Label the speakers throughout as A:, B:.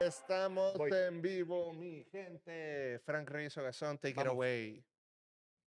A: Estamos
B: Voy.
A: en vivo, mi gente. Frank Reyes Ogazón, take it
B: Vamos.
A: away.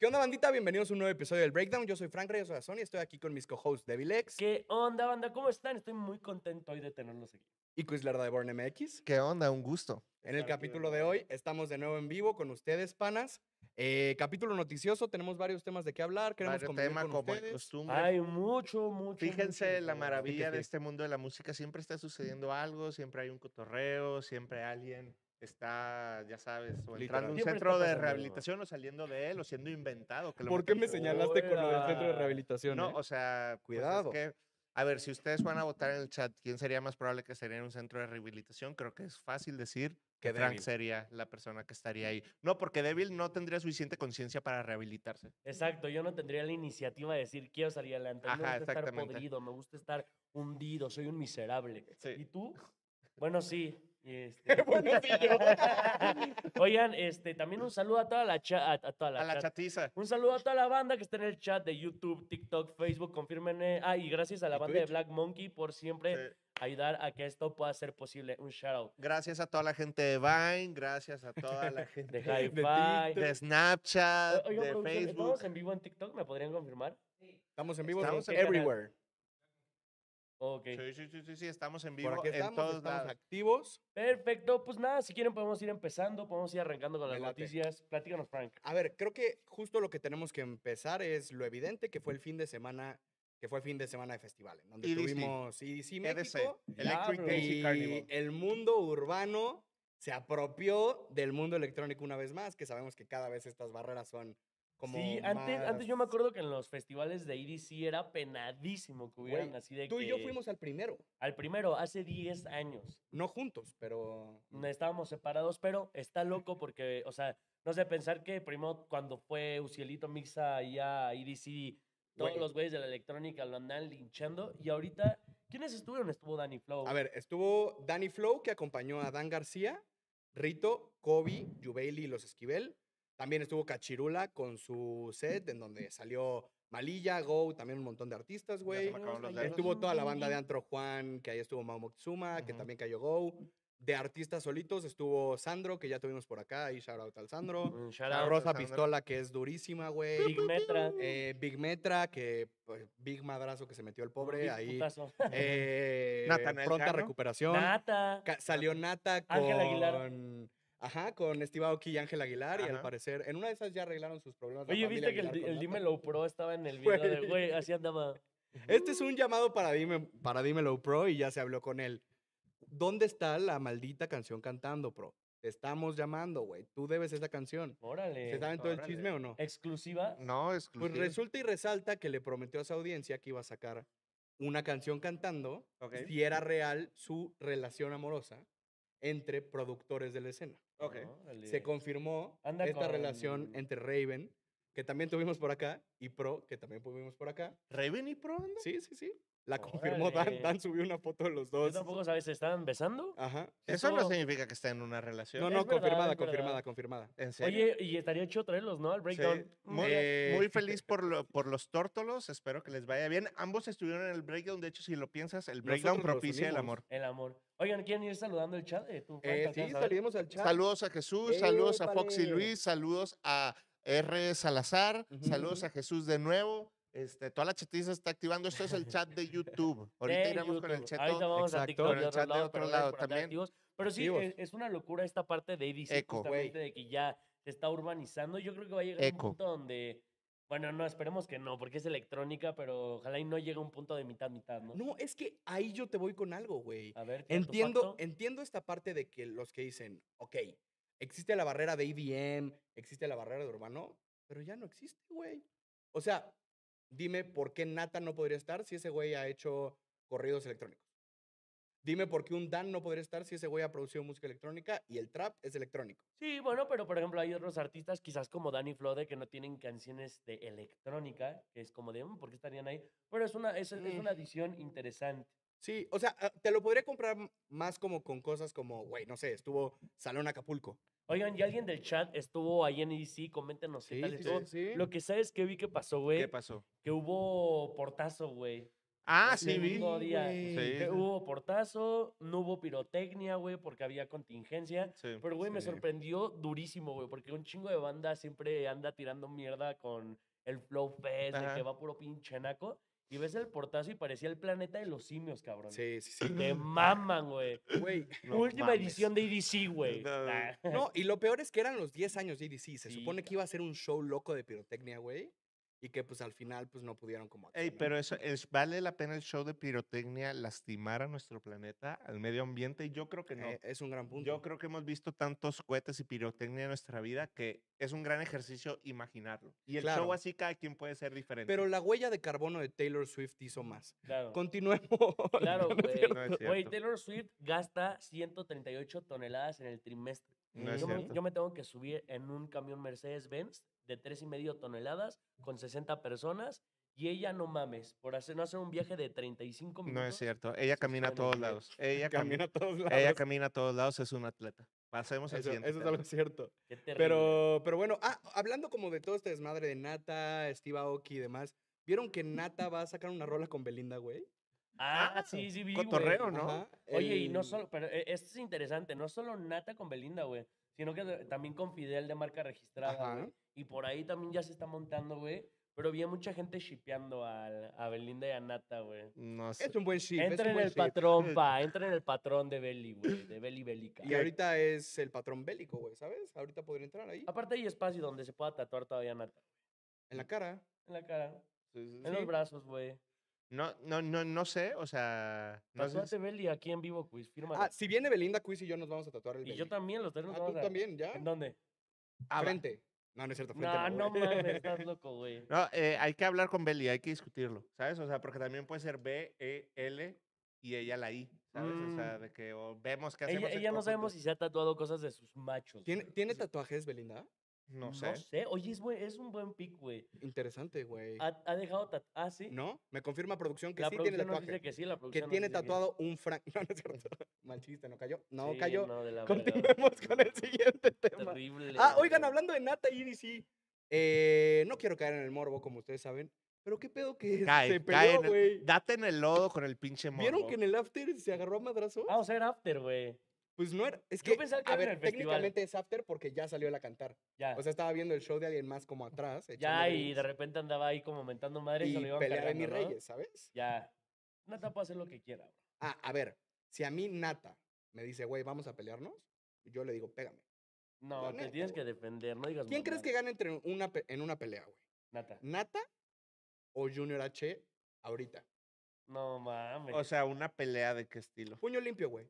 B: ¿Qué onda, bandita? Bienvenidos a un nuevo episodio del Breakdown. Yo soy Frank Reyes Ogazón y estoy aquí con mis co-hosts Devilex
C: ¿Qué onda, banda? ¿Cómo están? Estoy muy contento hoy de tenerlos aquí.
B: y Quizlarda de Born MX.
A: ¿Qué onda? Un gusto.
B: En el
C: Estar aquí de
B: capítulo de
C: nuevo.
B: hoy estamos de nuevo en vivo con ustedes, panas. Eh, capítulo noticioso, tenemos varios temas de qué hablar. Queremos
A: Varios
B: convivir
A: temas
B: con
A: como de
B: ustedes.
A: costumbre.
C: Hay mucho, mucho.
A: Fíjense la maravilla
B: sí.
A: de este mundo de la música. Siempre está sucediendo algo, siempre hay un cotorreo, siempre alguien está, ya sabes, o
B: Literal.
A: entrando a un
C: Siempre está
A: centro de
C: pasando algo.
A: rehabilitación o saliendo de él o siendo inventado. que lo
B: ¿Por qué me
A: metan preso.
B: señalaste con lo del centro de
C: Fuera.
B: rehabilitación?
A: No,
B: eh?
A: o sea, pues es
B: Cuidado.
A: que, a ver, si ustedes van a votar en el chat, ¿quién sería más probable que estaría en un centro de rehabilitación? Creo que es fácil decir que
B: Qué
A: Frank
B: débil.
A: sería la persona que estaría ahí. No, porque débil no tendría suficiente conciencia para rehabilitarse.
C: Exacto, yo no tendría la iniciativa de decir quiero salir adelante. A mí
A: Ajá,
C: me gusta estar
A: exactamente.
C: podrido, me gusta estar hundido, soy un miserable. ¿Y
A: Sí.
C: tú? Bueno, sí. este,
B: Bueno, sí, yo.
C: Oigan, este, también un saludo a toda la chat. A, a toda la
A: A la
C: chat.
A: chatiza.
C: Un saludo a toda la banda que está en el chat de YouTube, TikTok, Facebook, confirmen. eh, Ah, y gracias a la
B: Y
C: banda de
B: Twitch.
C: Black Monkey por siempre
A: Sí.
C: ayudar a que esto pueda ser posible. Un shout out
A: Gracias a toda la gente de Vine, gracias a toda la gente
C: de
A: de,
C: Hi-Fi.
B: TikTok.
A: Snapchat,
C: O- oigan,
A: de
C: producción,
A: Facebook.
C: ¿Estamos en vivo en TikTok? ¿Me podrían confirmar?
B: Estamos en vivo,
A: Estamos
B: en
C: en-
B: everywhere.
C: Ok.
A: Sí, sí, sí, sí, sí, estamos en
B: Por
A: vivo
B: aquí
A: en
B: estamos,
A: todos
B: estamos
A: lados.
B: activos.
C: Perfecto. Pues nada, si quieren podemos ir empezando, podemos ir arrancando con
B: Me
C: las
B: late.
C: noticias. Platícanos, Frank.
B: A ver, creo que justo lo que tenemos que empezar es lo evidente que fue el fin de semana, que fue el fin de semana de festival, en donde
A: EDC.
B: tuvimos EDC
A: EDC,
B: México
A: Electric
C: Diablo.
A: Daisy
B: y eh,
A: Carnival.
B: el mundo urbano se apropió del mundo electrónico una vez más, que sabemos que cada vez estas barreras son como
C: sí, antes, antes yo me
B: más-
C: acuerdo que en los festivales de EDC era penadísimo que
B: Güey,
C: hubieran así de
B: Tú y yo
C: que-
B: fuimos al primero,
C: al primero hace 10 años.
B: no juntos, pero
C: no estábamos separados, pero está loco porque, o sea, no sé, pensar que primero cuando fue Ucielito Mixa ahí a EDC, todos
B: Güey.
C: los güeyes de la electrónica lo andan linchando y ahorita, ¿quiénes estuvieron? Estuvo Danny Flow.
B: a ver, estuvo Danny Flow que acompañó a Dan García, Rito, Kobe, Jubeili y los Esquivel. También estuvo Cachirula con su set en donde salió Malilla, Go, también un montón de artistas,
A: Ya se
B: güey.
A: me acabaron los
C: Ahí
A: dedos.
B: Estuvo toda la banda de Antro Juan, que ahí estuvo Mau Moctezuma, que
A: Ujú.
B: también cayó Go. De artistas solitos estuvo Sandro, que ya tuvimos por acá, y shout out al Sandro.
C: Mm, shout
B: La
C: out.
B: Rosa
A: Sandro.
B: Pistola, que es durísima, güey.
C: Big Metra.
B: Eh, Big Metra, que pues, Big Madrazo que se metió el pobre
C: Big
B: ahí.
C: putazo.
B: Eh,
A: Natanael
B: pronta
A: Cano.
B: recuperación.
C: Nata.
B: Ca- salió Nata con.
C: Ángel Aguilar.
B: Ajá, con Steve Aoki y Ángel Aguilar, y
A: Ajá.
B: al parecer, en una de esas ya arreglaron sus problemas. la
C: Oye,
B: familia
C: ¿viste que el,
B: Aguilar
C: di-
B: con
C: el
B: Nata?
C: Dímelo Pro estaba en el video de,
B: Güey.
C: güey, así andaba?
B: Este es un llamado para, dime, para Dímelo Pro y ya se habló con él. ¿Dónde está la maldita canción cantando, Pro? Te estamos llamando, güey. Tú debes esa canción.
C: Eh, Órale. Eh,
B: ¿Se saben todo el
A: órale.
B: chisme o no?
C: Exclusiva.
A: No,
B: Pues
A: exclusivo.
B: resulta y resalta que le prometió a su audiencia que iba a sacar una canción cantando
A: Ok,
B: si era real su relación amorosa entre productores de la escena.
A: ok.
C: Órale.
B: Se confirmó
C: Anda
B: esta relación
C: con-
B: entre Raven, que también tuvimos por acá, y Pro, que también tuvimos por acá.
A: Raven y Pro anda.
B: Sí, sí, sí. La confirmó Dan.
C: Órale.
B: Dan subió una foto de los
C: Yo
B: dos.
C: tampoco sabes, ¿se estaban besando?
B: Ajá.
A: Eso no
C: Eso-
A: significa que está en una relación.
B: No,
C: Es
B: no,
C: verdad,
B: confirmada,
C: es verdad.
B: confirmada, confirmada.
A: ¿En serio?
C: Oye, y estaría hecho traerlos, ¿no? Al
A: Sí,
C: breakdown.
A: Muy,
B: Eh.
A: muy feliz por, lo- por los tórtolos, espero que les vaya bien. Ambos estuvieron en el breakdown, de hecho, si lo piensas, el breakdown
B: Nosotros nos
A: propicia el
B: unimos.
A: amor.
C: El amor. Oigan, ¿quieren ir saludando el chat? Eh, tú, Frank,
B: Eh, sí,
C: ¿alcanzas a ver?
B: salimos al chat.
A: Saludos a Jesús, saludos a Foxy
B: ¡Épale!
A: Luis, saludos a R. Salazar,
B: Ujú,
A: saludos
B: ujú.
A: a Jesús de nuevo. Este, toda la chatiza está activando. Esto es el chat de YouTube. Ahorita
C: De
A: iremos con el
C: Eh, YouTube.
A: chat.
C: Ahorita vamos a
B: exacto,
C: TikTok
A: con el
C: y otros
A: chat de
C: lados,
A: otro
C: pero
A: lado
C: gracias por andar
A: también.
C: activos. Pero sí,
B: Activos.
C: es, es una locura esta parte de ADC
A: Eco.
C: justamente
B: Güey.
C: de que ya se está urbanizando. Yo creo que va a llegar
A: Eco.
C: un punto donde... Bueno, no, esperemos que no, porque es electrónica, pero ojalá y no llegue a un punto de mitad-mitad, ¿no?
B: No, es que ahí yo te voy con algo, güey.
C: A ver, tira tu
B: Entiendo,
C: facto.
B: entiendo esta parte de que los que dicen, ok, existe la barrera de IBM, existe la barrera de urbano, pero ya no existe, güey. O sea, dime por qué Nata no podría estar si ese güey ha hecho corridos electrónicos. Dime por qué un Dan no podría estar si ese güey ha producido música electrónica y el trap es electrónico.
C: Sí, bueno, pero por ejemplo hay otros artistas, quizás como Danny Flode, que no tienen canciones de electrónica, que es como de, "Mm, ¿por qué estarían ahí? Pero es una, es, es
B: Mm.
C: una adición interesante.
B: Sí, o sea, ah, te lo podría comprar m- más como con cosas como, güey, no sé, estuvo Salón Acapulco.
C: Oigan, y alguien del chat estuvo ahí en EDC, coméntenos qué tal estuvo. Lo que sabes que vi que pasó,
A: ¿Qué
C: güey,
A: pasó?
C: que hubo portazo, güey.
A: Ah,
C: El
A: sí, vi.
C: segundo día.
A: güey.
D: Sí.
C: Que hubo portazo, no hubo pirotecnia, güey, porque había contingencia.
D: Sí,
C: Pero, güey, me
D: sí.
C: sorprendió durísimo, güey, porque un chingo de banda siempre anda tirando mierda con el Flow Fest, de que
A: Ajá.
C: va puro pinche naco. Y ves el portazo y parecía el planeta de los simios, cabrón.
B: Sí, sí, sí.
C: Te maman, güey.
B: Güey.
A: No
C: Última
A: mames.
C: edición de EDC, güey.
D: No.
C: Ah.
B: No, y lo peor es que eran los 10 años de EDC. Se
C: Sí,
B: supone que iba a ser un show loco de pirotecnia, güey. Y que pues al final pues no pudieron como...
A: Ey,
B: accionar.
A: pero eso, es- ¿vale la pena el show de pirotecnia lastimar a nuestro planeta, al medio ambiente? Yo creo que no.
B: Eh, es un gran punto.
A: Yo creo que hemos visto tantos cohetes y pirotecnia en nuestra vida que es un gran ejercicio imaginarlo. Y el
B: Claro.
A: show así cada quien puede ser diferente.
B: Pero la huella de carbono de Taylor Swift hizo más.
C: Claro.
B: Continuemos.
C: Claro, güey.
A: No es
C: Güey,
A: cierto.
C: Taylor Swift gasta 138 toneladas en el trimestre.
A: No es
C: Eh, yo, me,
A: cierto.
C: yo me tengo que subir en un camión Mercedes-Benz de tres y medio toneladas con 60 personas y ella no mames por hacer, no hacer un viaje de 35 minutos.
A: No es cierto. Ella
C: se
A: camina a
C: supone
A: todos
C: que
A: lados. Ella
B: Camina
A: camina,
B: a todos lados.
A: ella camina a todos lados, es un atleta. Pasemos al
B: eso,
A: siguiente.
B: eso es
A: tema.
B: algo cierto.
C: Qué terrible.
B: Pero, pero bueno, ah, hablando como de todo este desmadre de Nata, Steve Aoki y demás, ¿vieron que Nata va a sacar una rola con Belinda, güey?
C: ah, sí, sí, vi, güey.
A: cotorreo, ¿no?
B: Ajá,
C: Oye, y no
B: el-
C: solo, pero eh, esto es interesante, no solo Nata con Belinda, güey, sino que de- también con Fidel de marca registrada,
B: Ajá.
C: güey. Y por ahí también ya se está montando, güey. Pero vi a mucha gente shipeando al- a Belinda y a Nata, güey.
A: No sé.
B: Es un buen ship. es
C: Entra
B: un
C: en
B: buen
C: el
B: ship.
C: patrón, pa. Entra en el patrón de Belly, güey. De Belly Bélica.
B: Y ahorita es el patrón bélico, güey, ¿sabes? Ahorita podría entrar ahí,
C: Aparte hay espacio donde se pueda tatuar todavía Nata.
B: en la cara.
C: En la cara, en
B: Sí.
C: los brazos, güey.
A: No, no, no, no sé, o sea, no sé.
C: Tatuate Belly aquí en vivo, quiz. Firma.
B: Ah, si viene Belinda Quiz y yo nos vamos a tatuar el
C: y yo
B: Belly.
C: también, los tres nos
B: Ah,
C: vamos
B: tú
C: a-
B: también, ¿ya?
C: ¿En dónde?
A: Ah, va.
B: frente. No, no es cierto, frente
C: No, no
B: güey.
C: mames, estás loco, güey.
A: No, eh, hay que hablar con Belly, hay que discutirlo, ¿sabes? O sea, porque también puede ser B, E, L y ella la I, ¿sabes? O sea,
C: Mm.
A: de que o vemos qué hacemos.
C: Ella,
A: en
C: ella no sabemos si
A: conjunto.
C: se ha tatuado cosas de sus machos.
B: ¿Tiene,
C: güey.
B: ¿Tiene
C: O sea,
B: tatuajes, Belinda?
A: No sé.
C: No sé. Oye, es, buen- es un buen pick, güey.
B: Interesante, güey.
C: Ha, ha dejado tatuado. Ah, sí.
B: ¿No? Me confirma producción que
C: la
B: sí tiene
C: producción nos
B: tatuaje.
C: dice que sí, la
B: que
C: producción nos
B: tiene
C: dice sí.
B: tatuado un Frank. No, no es cierto. Mal chiste, no cayó. No
C: Sí,
B: cayó.
C: no, de la verga, güey.
B: Continuemos con el siguiente tema.
C: Terrible.
B: Ah, oigan,
C: güey.
B: hablando de Nata y EDC. eh, no quiero caer en el morbo, como ustedes saben. Pero qué pedo que
A: Cae,
B: se
A: cae
B: peleó,
A: en el-
B: güey.
A: Date en el lodo con el pinche morbo.
B: ¿Vieron que en el after se agarró a madrazo?
C: Ah, o sea, era after, güey.
B: Pues no era. Es
C: Yo
B: que,
C: pensaba que
B: a
C: era en
B: ver,
C: el festival.
B: técnicamente es after porque ya salió él a cantar.
C: Ya.
B: O sea, estaba viendo el show de alguien más como atrás.
C: Ya,
B: echándole
C: y de
B: ganas.
C: repente andaba ahí como mentando madre y se lo
B: y
C: iban
B: pelea de mis
C: cargando, ¿no?
B: reyes, ¿sabes?
C: Ya. Nata puede hacer lo que quiera. güey.
B: Ah, a ver, si a mí Nata me dice, güey, vamos a pelearnos, yo le digo, pégame.
C: No, te
B: neta,
C: tienes
B: güey.
C: que defender, no digas
B: ¿Quién crees que
C: mamadas.
B: gana entre una pe- en una pelea, güey?
C: Nata.
B: ¿Nata o Junior H ahorita?
C: No mames.
A: O sea, una pelea de qué estilo.
B: Puño limpio, güey.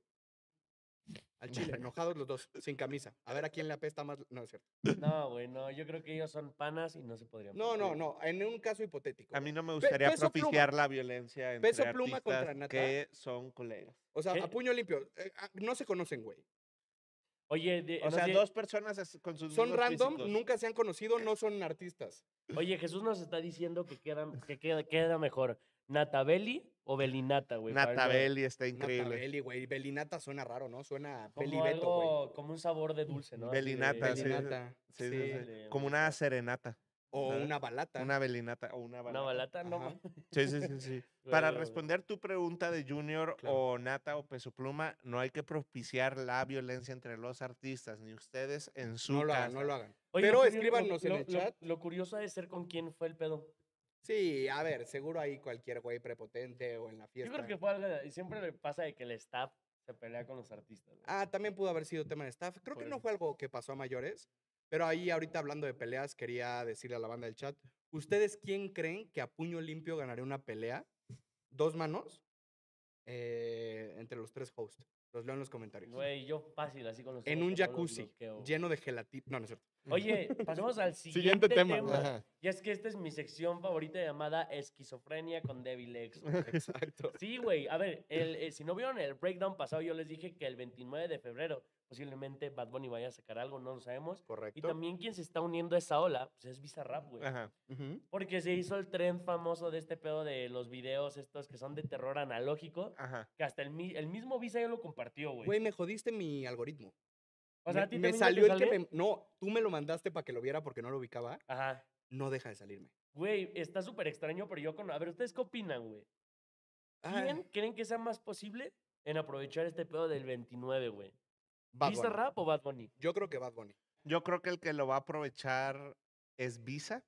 B: Al chile, enojados los dos, sin camisa. A ver a quién le apesta más. No, es cierto.
C: no, güey, no. Yo creo que ellos son panas y no se podrían.
B: No, no,
C: pelear.
B: no. En un caso hipotético.
A: A
B: güey.
A: mí no me gustaría
B: Peso Pluma.
A: propiciar la violencia entre
B: Peso Pluma contra
A: artistas
B: Nata.
A: que son colegas.
B: O sea,
C: ¿Qué?
B: a puño limpio. eh, ah, no se conocen, güey.
C: Oye, de-
A: O
C: no
A: sea,
C: sé-
A: dos personas as- con sus
B: Eh, Son
A: mismos
B: random,
A: físicos.
B: nunca se han conocido, no son artistas.
C: oye, Jesús nos está diciendo que, quedan, que queda, queda mejor. ¿Nata Belli o Belinata, güey? para
A: Nata
C: algo-
A: Belli está
B: Nata
A: increíble.
B: Belli, güey. Belinata suena raro, ¿no? Suena a Beli
C: Como,
B: Beto, güey.
C: algo, como un sabor de dulce, ¿no? Así de-
A: Belinata, sí.
B: Belinata.
A: Sí, sí,
B: sí.
A: sí.
C: Ándale,
A: Como
C: me
A: una
C: gusta.
A: serenata,
B: O
A: ¿sabes?
B: una balata.
A: una belinata o una balata.
C: Una balata, no
B: Ajá.
C: mames.
A: Sí, sí, sí, sí. Para
C: Güey,
A: responder tu pregunta de Junior
B: Claro.
A: o Nata o Peso Pluma, no hay que propiciar la violencia entre los artistas, ni ustedes en su
B: No lo hagan,
A: casa.
B: no lo hagan.
C: Oye,
B: Pero
C: Julio,
B: escríbanos en el
C: lo-
B: chat.
C: Lo curioso de ser con quién fue el pedo.
B: Sí, a ver, seguro ahí cualquier güey prepotente o en la
C: Yo
B: fiesta.
C: creo que fue algo, de- siempre le pasa de que el staff se pelea con los artistas. güey.
B: Ah, también pudo haber sido tema de staff. Creo
C: Por
B: que no
C: eso.
B: fue algo que pasó a mayores. Pero ahí ahorita hablando de peleas, quería decirle a la banda del chat, ¿ustedes quién creen que a puño limpio ganaría una pelea? ¿Dos manos? Eh, entre los tres hosts. Los leo en los comentarios.
C: Güey, yo fácil, así con los
B: en
C: ojos
B: un
C: cerrados los
B: jacuzzi,
C: bloqueo, güey.
B: lleno de gelatina. No, no es cierto.
C: Oye, pasemos al siguiente,
B: Siguiente tema,
C: tema.
A: Ajá.
C: Y es que esta es mi sección favorita llamada Esquizofrenia con Devil X. güey.
B: Exacto.
C: Sí, güey. A ver, el, eh, si no vieron el breakdown pasado, yo les dije que el 29 de febrero posiblemente Bad Bunny vaya a sacar algo, no lo sabemos.
B: Correcto.
C: Y también quien se está uniendo a esa ola pues es Bizarrap, güey.
A: Ajá.
B: Ujú.
C: Porque se hizo el tren famoso de este pedo de los videos estos que son de terror analógico.
A: Ajá.
C: Que hasta el, mi- el mismo Visa ya lo compartió,
B: Ah. Güey,
C: güey.
B: me jodiste mi algoritmo.
C: O sea,
B: me,
C: a ti
B: me
C: también ya te
B: salió el que
C: sale?
B: me... No, tú me lo mandaste para que lo viera porque no lo ubicaba.
C: Ajá.
B: No deja de salirme.
C: Güey, está súper extraño, pero yo con... A ver, ¿ustedes qué opinan, güey?
B: Ay,
C: ¿Quién creen que sea más posible en aprovechar este pedo del 29, güey?
B: Bad
C: ¿Visa
B: Bunny.
C: Rap o Bad Bunny?
B: Yo creo que Bad Bunny.
A: Yo creo que el que lo va a aprovechar es Visa.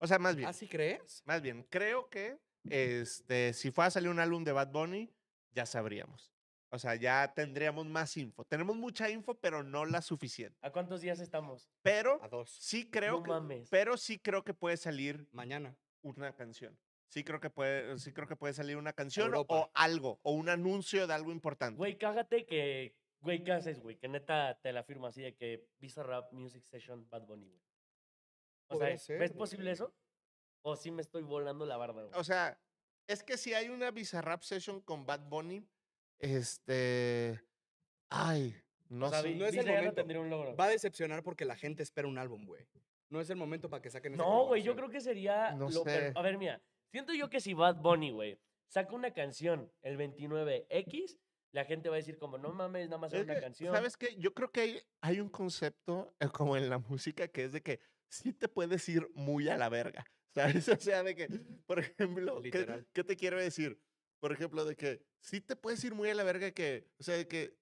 A: O sea, más bien,
B: ¿Ah, sí crees?
A: más bien, creo que este, si fuera a salir un álbum de Bad Bunny, ya sabríamos. O sea, ya tendríamos más info. Tenemos mucha info, pero no la suficiente.
C: ¿A cuántos días estamos?
A: Pero
B: A dos.
A: sí creo
C: Ah, no
A: que,
C: mames.
A: pero sí creo que puede salir
B: Mañana.
A: una canción. Sí creo que puede, sí creo que puede salir una canción
B: Europa.
A: o algo, o un anuncio de algo importante.
C: Güey, cágate que. Güey, ¿qué haces, güey? Que neta te la firmo así de que Visa Rap Music Session Bad Bunny, güey. O sea,
B: Podría ser,
C: ¿ves
B: güey.
C: posible eso? O sí me estoy volando la barda, güey.
A: O sea, es que si hay una Bizarrap session con Bad Bunny, este. Ay, no
C: O sea,
A: sé.
C: Vi-
B: no es el
C: Visa ya no
B: momento.
C: tendría un logro.
B: Va a decepcionar porque la gente espera un álbum, güey. No es el momento para que saquen esa
C: No, güey, yo
B: colaboración.
C: creo que sería.
A: No
C: lo
A: sé.
C: per- A ver, mira, siento yo que si Bad Bunny, güey, saca una canción el 29X, la gente va a decir, como, no mames, nada más
A: Es
C: es una
A: que,
C: canción.
A: ¿Sabes qué? Yo creo que hay, hay un concepto eh, como en la música que es de que sí te puedes ir muy a la verga. ¿Sabes? O sea, de que, por ejemplo, ¿qué,
B: Literal.
A: qué te quiero decir? Por ejemplo, de que sí te puedes ir muy a la verga que, o sea, de que,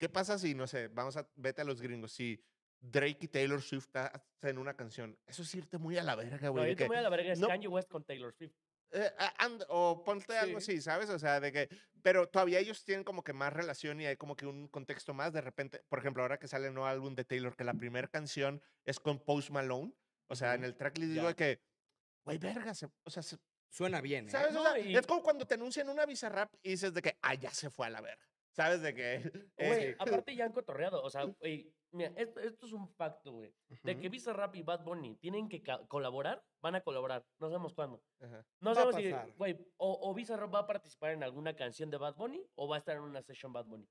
A: ¿qué pasa si, no sé, vamos a, vete a los gringos, si Drake y Taylor Swift ha- hacen una canción, eso es irte muy a la verga,
C: No,
A: güey. de
C: yo te
A: que-
C: voy a la verga, es
A: no-
C: Kanye West con Taylor Swift.
A: eh, a- and- o ponte algo
B: Sí.
A: así, ¿sabes? O sea, de que, pero todavía ellos tienen como que más relación y hay como que un contexto más. De repente, por ejemplo, ahora que sale el nuevo álbum de Taylor, que la primera canción es con Post Malone, o sea, en
B: Ujú,
A: el track les digo
B: ya.
A: de que, güey, verga, se- o sea, se-
B: Suena bien, ¿eh?
A: ¿sabes? O
C: No,
A: sea,
C: y-
A: es como cuando te anuncian una bizarrap y dices de que, ah, ya se fue a la verga, ¿sabes? De que,
C: Güey,
A: eh,
C: aparte ya han cotorreado. O sea, güey, mira, esto, esto es un facto, güey. De que
B: Ujú.
C: Visa Rap y Bad Bunny tienen que ca- colaborar, van a colaborar. No sabemos cuándo.
A: ajá.
C: No
B: Va a
C: sabemos si,
B: pasar.
C: güey, o, o Visa Rap va a participar en alguna canción de Bad Bunny o va a estar en una session Bad Bunny.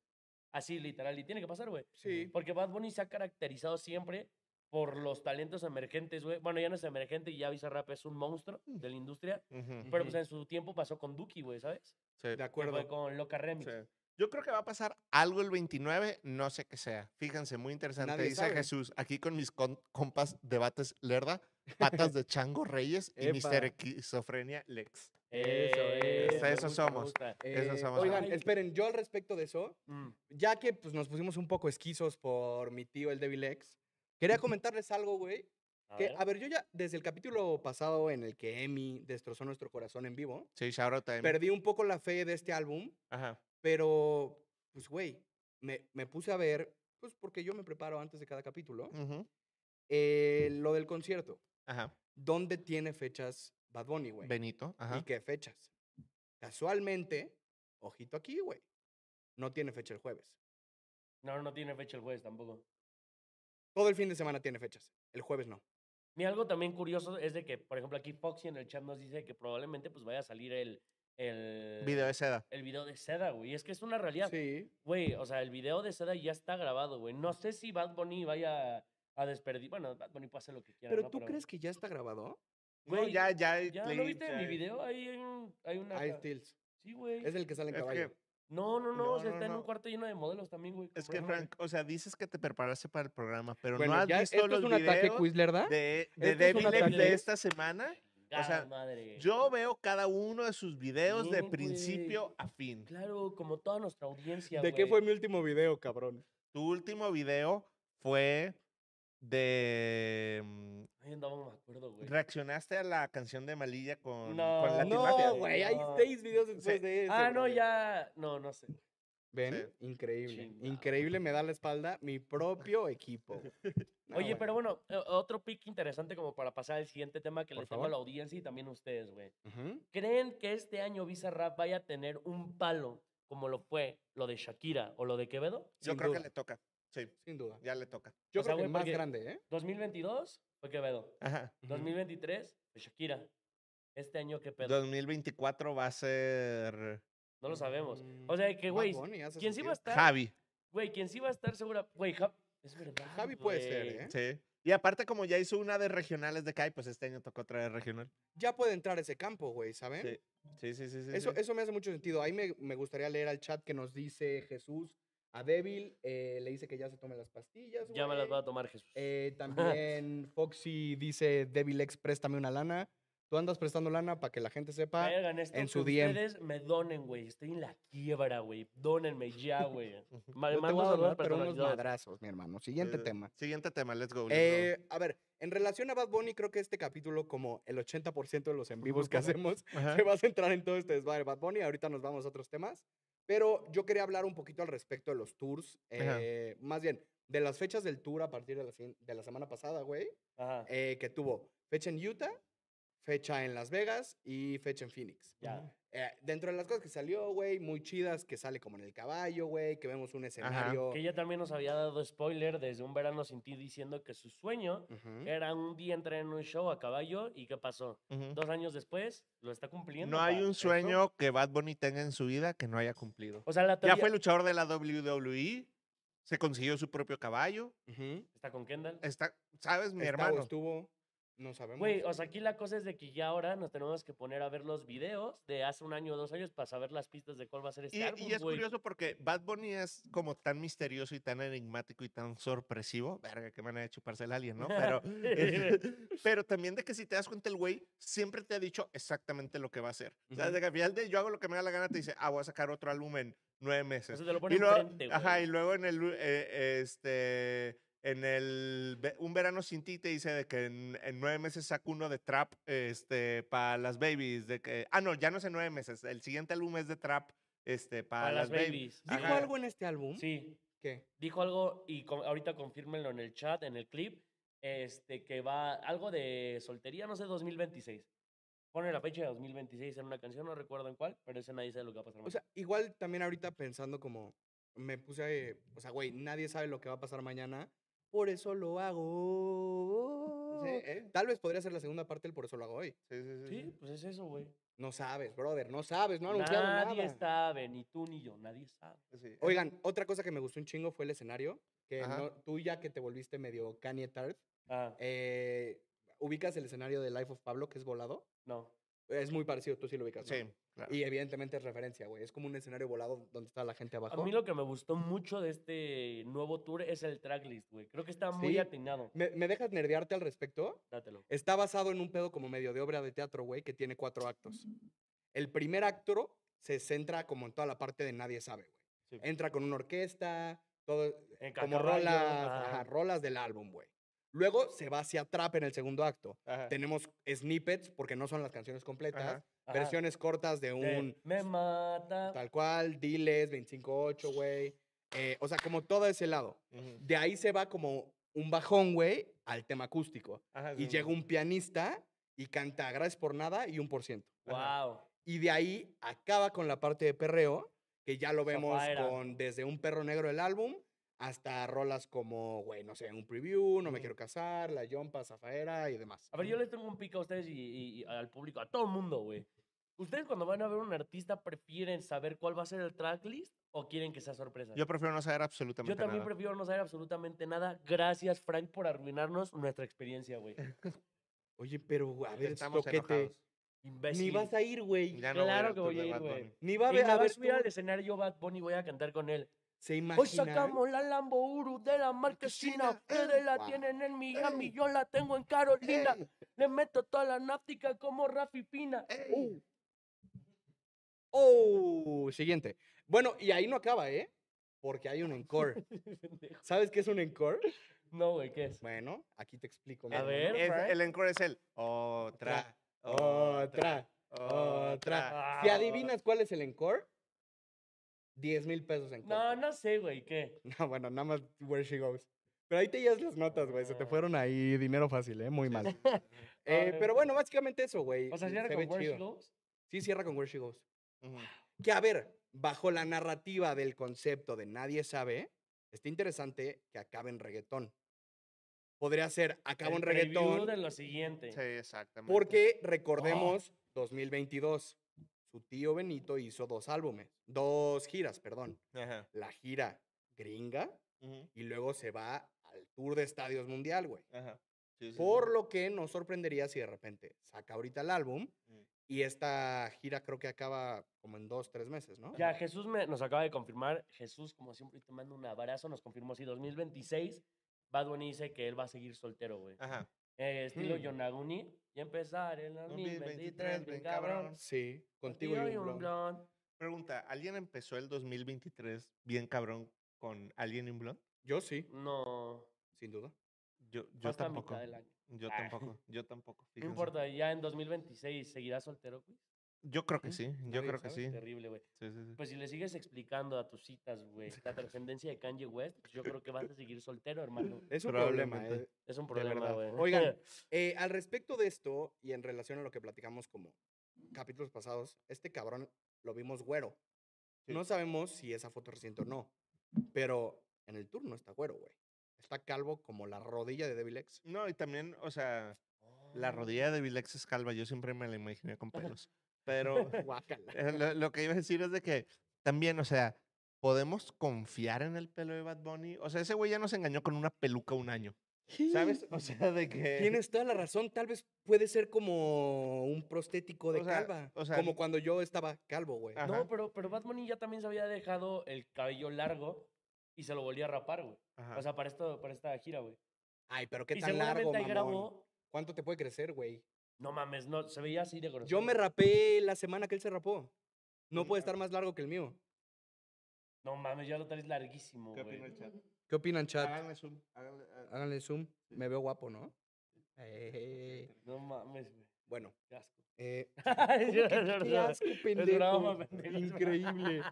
C: Así, literal, y tiene que pasar, güey.
B: Sí.
C: Porque Bad Bunny se ha caracterizado siempre por los talentos emergentes, güey. Bueno, ya no es emergente y ya Visa Rap es un monstruo de la industria.
A: Mm. Ujú,
C: Pero pues
B: Ujú.
C: en su tiempo pasó con Duki, güey, ¿sabes?
A: sí,
B: De
C: Que fue
B: acuerdo.
C: con Loca Remix.
A: sí. Yo creo que va a pasar algo el 29, no sé qué sea. Fíjense, muy interesante.
B: Nadie
A: Dice
B: sabe.
A: Jesús, aquí con mis con- compas debates lerda, patas de chango reyes y Mister
B: Epa.
A: Esquizofrenia Lex.
B: Eso es,
C: me
A: eso
C: gusta, me
A: somos.
C: gusta.
A: Eso
B: Eh,
A: somos
B: Oigan,
C: ahora.
B: esperen, yo al respecto de eso,
C: Mm.
B: ya que pues, nos pusimos un poco esquizos por mi tío, el Devil X, quería comentarles algo, güey.
C: A
B: Que,
C: ver.
B: a ver, yo ya, desde el capítulo pasado en el que Emi destrozó nuestro corazón en vivo,
A: Sí, shout out a Emi.
B: perdí un poco la fe de este álbum,
A: Ajá.
B: pero, pues, güey, me, me puse a ver, pues, porque yo me preparo antes de cada capítulo,
A: ujú,
B: eh, lo del concierto.
A: Ajá.
B: ¿Dónde tiene fechas Bad Bunny, güey?
A: Benito.
B: ¿Y
A: Ajá.
B: qué fechas? Casualmente, ojito aquí, güey, no tiene fecha el jueves.
C: No, no tiene fecha el jueves tampoco.
B: Todo el fin de semana tiene fechas, el jueves no.
C: Ni algo también curioso es de que, por ejemplo, aquí Foxy en el chat nos dice que probablemente pues vaya a salir el, el
A: Video de seda.
C: el video de Seda, güey. Y es que es una realidad,
B: Sí.
C: güey. O sea, el video de Seda ya está grabado, güey. No sé si Bad Bunny vaya a desperdir. Bueno, Bad Bunny puede hacer lo que quiera.
B: Pero
C: ¿no?
B: tú crees que ya está grabado?
A: No,
C: Güey,
A: ya, ya.
C: ya
A: leí,
C: no viste
A: ya,
C: mi video ahí hay, un- hay una
B: Ahí
C: ca-
B: Stills.
C: sí güey
B: Es el que sale en
A: Es que-
B: caballo.
C: no no no, o
A: No,
C: sea,
A: no,
C: está en un
A: no.
C: cuarto lleno de modelos también güey
A: Es que,
C: comprándole.
A: Frank, o sea, dices que te preparaste para el programa, pero
B: Bueno,
A: no has
B: ya,
A: visto
B: esto
A: los
B: es un ataque
A: videos
B: Quizlerda.
A: de, de
B: Esto es un
A: Devil Ex de
B: ataque.
A: esta semana.
C: Chingada
A: sea,
C: madre.
A: Yo veo cada uno de sus videos de
C: Bien, güey.
A: principio a fin.
C: claro como toda nuestra audiencia
B: ¿De qué fue
C: güey.
B: mi último video, cabrón?
A: Tu último video fue de... mm,
C: Ay, no me acuerdo güey
A: Reaccionaty a la canción de Malilla con,
C: No,
A: con Latin
C: no,
A: Mafia.
B: No, güey, hay
C: No.
B: seis videos después
A: Sí.
B: de eso.
C: ah no ya no no sé
B: ¿Ven? Increíble.
C: Chingado.
B: Increíble me da la espalda mi propio equipo. güey. No,
C: Oye,
B: bueno.
C: pero bueno, eh, otro pick interesante como para pasar al siguiente tema que
B: Por
C: les tengo a
B: favor.
C: la audiencia y también a ustedes, güey.
B: Ujú.
C: ¿Creen que este año Visa Rap vaya a tener un palo como lo fue lo de Shakira o lo de Quevedo?
A: Yo
B: sin
A: creo que
B: duda.
A: le toca. Sí,
B: Sin duda.
A: ya le toca.
B: Yo
C: O sea,
B: creo que
C: güey,
B: el más
C: porque-
B: grande, ¿eh?
C: 2022 fue Quevedo.
A: Ajá.
B: Ujú.
C: 2023 fue Shakira. Este año qué pedo.
A: 2024 va a ser
C: No lo sabemos.
B: Mm,
C: O sea, que
B: Bad
C: güey,
B: Bunny hace
C: quien sí va a
B: sentido.
C: estar,
A: Javi.
C: güey, quien sí va a estar segura, güey, Javi, es verdad.
B: Javi puede ser,
C: güey.
B: ¿eh?
A: Sí. Y aparte, como ya hizo una de regionales de Kai, pues este año tocó otra de regional.
B: Ya puede entrar a ese campo, güey, ¿saben?
A: Sí, sí, sí, sí. sí,
B: Eso,
A: sí.
B: eso me hace mucho sentido. Ahí me, me gustaría leer al chat que nos dice Jesús. A Débil eh, le dice que ya se tome las pastillas.
C: Ya me las va
B: güey.
C: a tomar Jesús.
B: Eh, también Foxy dice, Devil X, préstame una lana. Tú andas prestando lana para que la gente sepa.
C: Verga, en, esto,
B: en
C: que
B: su DM.
C: Ustedes me donen, güey. Estoy en la quiebra, güey. Donenme ya, güey. Ma-
B: No te
C: mando
B: voy a
C: saludos
B: donar, pero unos
C: personalizados.
B: madrazos, mi hermano. Siguiente
A: Eh,
B: tema.
A: Siguiente tema, let's go. let's go.
B: Eh, a ver, en relación a Bad Bunny, creo que este capítulo, como el 80% de los en vivos que hacemos,
A: Ajá.
B: se va a centrar en todo este desmadre de Bad Bunny. Ahorita nos vamos a otros temas. Pero yo quería hablar un poquito al respecto de los tours.
A: Ajá.
B: eh, más bien, de las fechas del tour a partir de la, siguien- de la semana pasada, güey.
C: Ajá.
B: eh, que tuvo fecha en Utah, fecha en Las Vegas y fecha en Phoenix.
C: Ya.
B: Eh, dentro de las cosas que salió, güey, muy chidas, que sale como en el caballo, güey, que vemos un escenario.
C: Que ella también nos había dado spoiler desde un verano sin ti diciendo que su sueño
B: Ujú.
C: era un día entrar en un show a caballo y ¿qué pasó?
A: Ujú.
C: Dos años después lo está cumpliendo.
A: No hay
C: pa.
A: un
C: Eso-
A: sueño que Bad Bunny tenga en su vida que no haya cumplido.
C: O sea, la
A: Ya
C: teoría...
A: fue luchador de la WWE, se consiguió su propio caballo.
B: Ujú.
C: Está con Kendall.
A: Está, ¿sabes, mi
B: Está Este, o
A: hermano?
B: estuvo, no sabemos.
C: Güey, o sea, aquí la cosa es de que ya ahora nos tenemos que poner a ver los videos de hace un año o dos años para saber las pistas de cuál va a ser este
A: Y,
C: álbum,
A: y es
C: güey.
A: curioso porque Bad Bunny es como tan misterioso y tan enigmático y tan sorpresivo. Verga, qué manera de chuparse el alien, ¿no? Pero, pero también de que si te das cuenta, el güey siempre te ha dicho exactamente lo que va a hacer. O sea,
B: Ujú.
A: de que al final de yo hago lo que me da la gana, te dice, ah, voy a sacar otro álbum en nueve
C: O
A: meses.
C: sea, te lo
A: y
C: pone
A: luego,
C: enfrente, güey.
A: ajá, y luego en el, u- eh, este, en el, ve- un verano sin ti te dice de que en, en nueve meses saco uno de trap, este, para las babies, de que, ah, no, ya no es en nueve meses, el siguiente álbum es de trap, este, para
C: Pa'
A: las,
C: las
A: babies.
C: babies.
B: ¿Dijo
A: Ajá.
B: algo en este álbum?
C: Sí,
B: ¿Qué?
C: dijo algo y co- ahorita confírmenlo en el chat, en el clip, este, que va algo de soltería, no sé, 2026. Pone la fecha de 2026 en una canción, no recuerdo en cuál, pero ese nadie sabe lo que va a pasar.
B: O sea, igual también ahorita pensando como me puse, eh, o sea, güey, nadie sabe lo que va a pasar mañana, por eso lo hago.
A: Sí, eh,
B: Tal vez podría ser la segunda parte del por eso lo hago hoy.
A: sí, sí, sí,
C: mañana.
A: sí.
C: sí, pues es eso, güey.
B: No sabes, brother, no sabes, no ha anunciado
C: nadie
B: nada.
C: sabe, ni tú ni yo, nadie sabe.
A: Sí, es-
B: Oigan, otra cosa que me gustó un chingo fue el escenario, que
A: Ajá.
B: no- tú ya que te volviste medio Kanye Tart,
C: Ah,
B: eh, ubicas el escenario de Life of Pablo que es volado.
C: no.
B: Es muy parecido, tú sí lo ubicas. ¿no?
A: sí, claro.
B: Y evidentemente es referencia, güey. Es como un escenario volado donde está la gente
C: A
B: abajo.
C: mí lo que me gustó mucho de este nuevo tour es el tracklist, güey. Creo que está muy
B: Sí.
C: atinado.
B: ¿Me, me dejas nerdearte al respecto?
C: Dátelo.
B: Está basado en un pedo como medio de obra de teatro, güey, que tiene cuatro actos. El primer acto se centra como en toda la parte de nadie sabe, güey.
C: Sí.
B: Entra con una orquesta, todo,
C: En
B: como
C: Cacaballo,
B: rolas,
C: ajá.
B: ajá, rolas del álbum, güey. Luego se va hacia trap en el segundo acto.
A: Ajá.
B: Tenemos snippets, porque no son las canciones completas,
A: Ajá.
C: Ajá,
B: versiones cortas de
C: de
B: un
C: me mata.
B: tal cual, diles, 25-8, güey. Eh, o sea, como todo ese lado.
A: Ujú.
B: De ahí se va como un bajón, güey, al tema acústico.
A: Ajá,
B: Y
A: sí,
B: llega
A: sí.
B: un pianista y canta Gracias por nada y un por ciento.
A: Ajá.
C: Wow.
B: Y de ahí acaba con la parte de perreo, que ya lo vemos
C: Zafaera.
B: con desde un perro negro del álbum hasta rolas como, güey, no sé, un preview, no me
A: Ujú.
B: quiero casar, la Yompa, Zafaera y demás.
C: A ver, yo les tengo un pico a ustedes y, y- y al público, a todo el mundo, güey. ¿Ustedes cuando van a ver a un artista prefieren saber cuál va a ser el tracklist o quieren que sea sorpresa?
A: Yo prefiero no saber
C: Yo
A: absolutamente
C: también
A: nada.
C: prefiero no saber absolutamente nada. Gracias, Frank, por arruinarnos nuestra experiencia, güey.
B: Oye, pero a ver,
A: Estamos
B: toquete.
A: enojados.
C: Imbécil.
B: Pues Ni vas a ir, güey.
A: Ya no voy a ir
C: Claro
A: al
C: que
A: tour
C: voy
A: de
C: a ir,
A: Bad
C: güey.
A: Bunny.
B: Ni va a
C: Y
B: ver,
C: me
B: a
C: va a
B: ver,
C: subir
B: tú,
C: al escenario Bad Bunny y voy a cantar con él.
B: se
C: Hoy
B: imagina.
C: sacamos la Lambo Uru de la marquesina.
A: Marquesina,
C: Ustedes
A: eh,
C: la
B: guau,
C: tienen en Miami,
A: eh,
C: yo la tengo en Carolina.
A: Ey,
C: Le meto toda la náptica como Rafi Pina.
A: ey.
B: Oh. Oh, siguiente. Bueno, y ahí no acaba, ¿eh? Porque hay un encore.
C: Pendejo.
B: ¿Sabes qué es un encore?
C: no, güey, ¿qué es?
B: Bueno, aquí te explico. mi
C: A
B: hermano.
C: ver.
A: Es-
C: Frank.
A: el encore es el otra,
B: Otra,
A: otra.
C: Ah,
B: otra. Si adivinas cuál es el encore, 10 mil pesos en
C: No,
B: corto.
C: no sé, güey, ¿qué?
B: No, bueno, nada más where she goes. Pero ahí te llevas las notas, güey. Se te
C: Ah.
B: fueron ahí dinero fácil, ¿eh? Muy mal. Eh,
C: Ah,
B: pero bueno, básicamente eso, güey. eh,
C: O sea,
B: Se
C: cierra
B: ve
C: con Where She
B: chido.
C: Goes.
B: Sí, cierra con Where She Goes.
A: Ujú.
B: Que a ver, bajo la narrativa del concepto de nadie sabe, está interesante que acabe en reggaetón. Podría ser acaba
C: el
B: en
C: preview
B: reggaetón.
C: de lo siguiente.
A: Sí, exactamente. Oh.
B: Porque recordemos, 2022, su tío Benito hizo dos álbumes, dos giras, perdón.
A: Ajá.
B: La gira gringa
A: Ujú.
B: y luego se va al tour de estadios mundial, güey.
A: Ajá. Sí, sí, sí.
B: Por lo que nos sorprendería si de repente saca ahorita el álbum
A: Mm.
B: y esta gira creo que acaba como en dos, tres meses, ¿no?
C: Ya, Jesús me- nos acaba de confirmar. Jesús, como siempre, te mando un abrazo. Nos confirmó así. 2026, Bad Bunny dice que él va a seguir soltero, güey.
A: Ajá.
C: Eh, estilo
B: Hmm.
C: Yonaguni. Y empezar el 2023, bien cabrón.
B: Sí, contigo y un blon.
C: blon.
A: Pregunta, ¿alguien empezó el 2023 bien cabrón con alguien in Blonde?
B: Yo sí,
C: No,
B: sin duda.
A: Yo, yo
C: falta
A: tampoco.
C: mitad del año.
A: Yo
C: Ah.
A: tampoco, yo tampoco.
C: No
A: fíjense.
C: importa, ya en 2026 seguirás soltero, güey.
A: Yo creo que
B: ¿Mm?
A: sí, yo
B: Nadie
A: creo que
B: sabe,
A: sí.
C: Terrible, güey.
A: Sí, sí, sí.
C: Pues si le sigues explicando a tus citas, güey, la trascendencia de Kanye West, pues yo creo que vas a seguir soltero, hermano.
B: Es un problema.
A: Probablemente.
B: eh.
C: Es un
A: verdad.
C: problema, güey.
B: Oigan, Eh, al respecto de esto y en relación a lo que platicamos como capítulos pasados, este cabrón lo vimos güero.
A: Sí.
B: No sabemos si esa foto es reciente o no, pero en el tour no está güero, güey. Está calvo como la rodilla de Devil X.
A: No, y también, o sea, la
C: Oh.
A: rodilla de Vilex es calva, yo siempre me la imaginé con pelos. Pero
B: Guácala.
A: eh, lo, lo que iba a decir es de que también, o sea, ¿podemos confiar en el pelo de Bad Bunny? O sea, ese güey ya nos engañó con una peluca un año, ¿sabes? O sea, de que...
B: Tienes toda la razón, tal vez puede ser como un prostético de
A: O sea,
B: calva.
A: o sea,
B: como cuando yo estaba calvo, güey.
A: Ah.
C: No,
A: Ajá.
C: pero, pero Bad Bunny ya también se había dejado el cabello largo y se lo volvió a rapar, güey.
A: Ajá.
C: O sea, para, esto, para esta gira, güey.
B: Ay, pero qué
C: y
B: tan
C: seguramente
B: largo,
C: ahí
B: mamón.
C: grabó.
B: ¿Cuánto te puede crecer, güey?
C: No mames, no, se veía así de grosero.
B: Yo me rapé la semana que él se rapó. No
A: Mm, ah.
B: puede estar más largo que el mío.
C: No mames, ya lo traes larguísimo,
A: ¿Qué opina
C: güey.
A: el chat?
B: ¿Qué opinan, chat?
A: Háganle zoom. háganle- ah,
B: Háganle zoom. Me veo guapo, ¿no? Eh,
C: No mames, güey.
B: Bueno,
C: Qué asco.
B: eh,
C: Ay,
B: ¿cómo que
C: es
B: qué
C: verdad.
B: asco,
C: broma,
B: pendejo?
C: pendejo, es broma.
B: Increíble.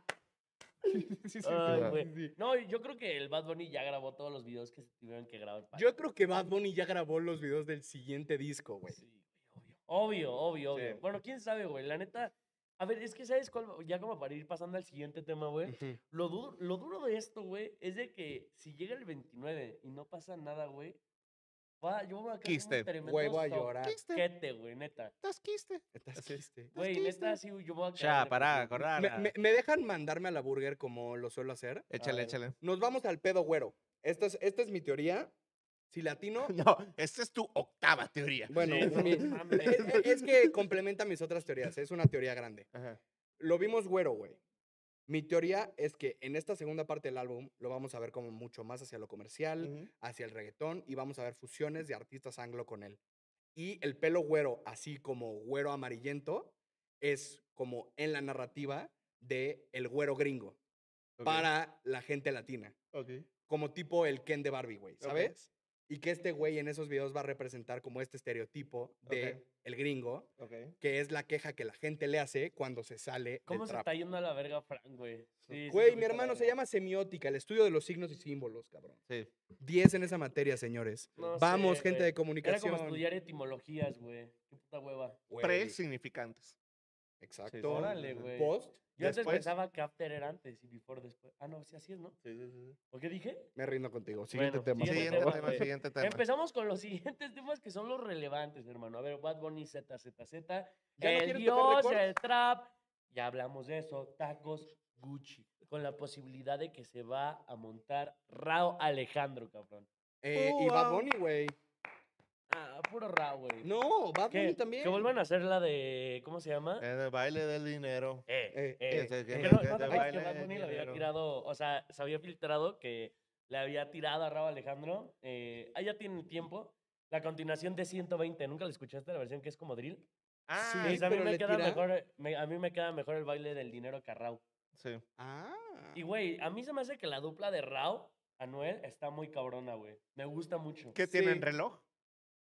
B: Sí, sí, sí,
C: Ay,
B: sí,
C: güey.
B: sí, sí.
C: No, yo creo que el Bad Bunny ya grabó todos los videos que se tuvieron que grabar. para-
B: Yo creo que Bad Bunny ya grabó los videos del siguiente disco, güey.
C: Sí, güey, obvio. Obvio, obvio, obvio.
A: Sí.
C: Bueno, quién sabe, güey. La neta. A ver, es que sabes cuál. Ya como para ir pasando al siguiente tema, güey.
B: Ujú.
C: Lo duro, lo duro de esto, güey, es de que si llega el 29 y no pasa nada, güey, va, yo voy a quedar
A: Quiste.
B: Güey, voy a llorar. Pues
C: Quete, güey, neta.
A: Estás quiste.
B: Estás
A: Así.
B: triste.
C: Güey, neta, sí, yo voy a quedar.
A: Ya,
C: de
A: para,
C: perdido, güey.
A: acordar. ah.
B: ¿Me, me- me dejan mandarme a la burger como lo suelo hacer?
A: Échale,
C: ver.
A: échale.
B: Nos vamos al pedo güero. Esta es, esta es mi teoría. Si latino...
A: No, esta es tu octava teoría.
B: Bueno,
C: Sí, no
B: mi-
C: mames.
B: es, es- es que complementa mis otras teorías. Es una teoría grande.
A: Ajá.
B: Lo vimos güero, güey. Mi teoría es que en esta segunda parte del álbum lo vamos a ver como mucho más hacia lo comercial,
A: Ujú.
B: hacia el reggaetón y vamos a ver fusiones de artistas anglo con él. Y el pelo güero, así como güero amarillento, es como en la narrativa de el güero gringo
A: Ok,
B: para la gente latina,
A: ok.
B: como tipo el Ken de Barbie, güey,
A: Ok.
B: ¿sabes? Y que este güey en esos videos va a representar como este estereotipo de
A: Ok.
B: el gringo,
A: Ok.
B: que es la queja que la gente le hace cuando se sale
C: ¿Cómo
B: del
C: se
B: trap.
C: está yendo a la verga, Frank, güey? Sí, sí,
B: Güey,
C: se
B: mi
C: fuiste a la
B: hermano se
C: verga.
B: llama semiótica, el estudio de los signos y símbolos, cabrón.
A: Sí.
B: 10 en esa materia, señores.
C: No
B: Vamos,
C: sé,
B: gente
C: güey.
B: de
C: Era
B: comunicación.
C: como estudiar etimologías, güey. Qué puta hueva.
B: Güey,
A: Presignificantes. sí, sí,
B: Exacto.
C: Órale,
A: sí.
C: güey.
B: Post,
C: Yo antes
A: después-
C: pensaba que after era antes y before después. Ah, no, sí, así es, ¿no?
A: Sí, sí, sí.
C: ¿O qué dije?
B: me rindo contigo. Siguiente
C: Bueno,
B: tema. por
A: Siguiente
C: Siguiente
B: favor.
C: tema,
A: tema,
C: güey.
A: siguiente tema.
C: Empezamos con los siguientes temas que son los relevantes, hermano. A ver, Bad Bunny ZZZ.
B: ¿Ya no
C: el
B: quieres tocar
C: Dios,
B: records?
C: el Trap. Ya hablamos de eso. Tacos Gucci. Con la posibilidad de que se va a montar Rao Alejandro, cabrón.
B: Eh,
C: Uh,
B: y Bad
A: Wow.
B: Bunny, güey.
C: Ah, puro Rao, güey.
B: No, Bad
C: que,
B: Bunny también.
C: Que vuelvan a hacer la de. ¿Cómo se llama? Eh,
A: En el baile del dinero.
B: eh,
C: eh.
B: eh,
C: Es que
B: eh,
C: no, no
B: eh,
C: te acuerdas
A: baile
C: que Bad
A: del
C: Bunny le había
A: dinero.
C: tirado. O sea, se había filtrado que le había tirado a Rao Alejandro. Eh, ah, ya tiene tiempo. La continuación de 120. ¿Nunca la escuchaste la versión que es como drill?
A: Ah,
C: Sí,
B: Sí,
A: sí.
C: a, mí
B: pero
C: me
B: le
C: queda
B: tira.
C: mejor, me- a mí me queda mejor el baile del dinero que a Rao.
B: Ah.
C: Y, güey, a mí se me hace que la dupla de Rao, Anuel, está muy cabrona, güey. Me gusta mucho.
A: ¿Qué tienen
B: Sí.
A: reloj?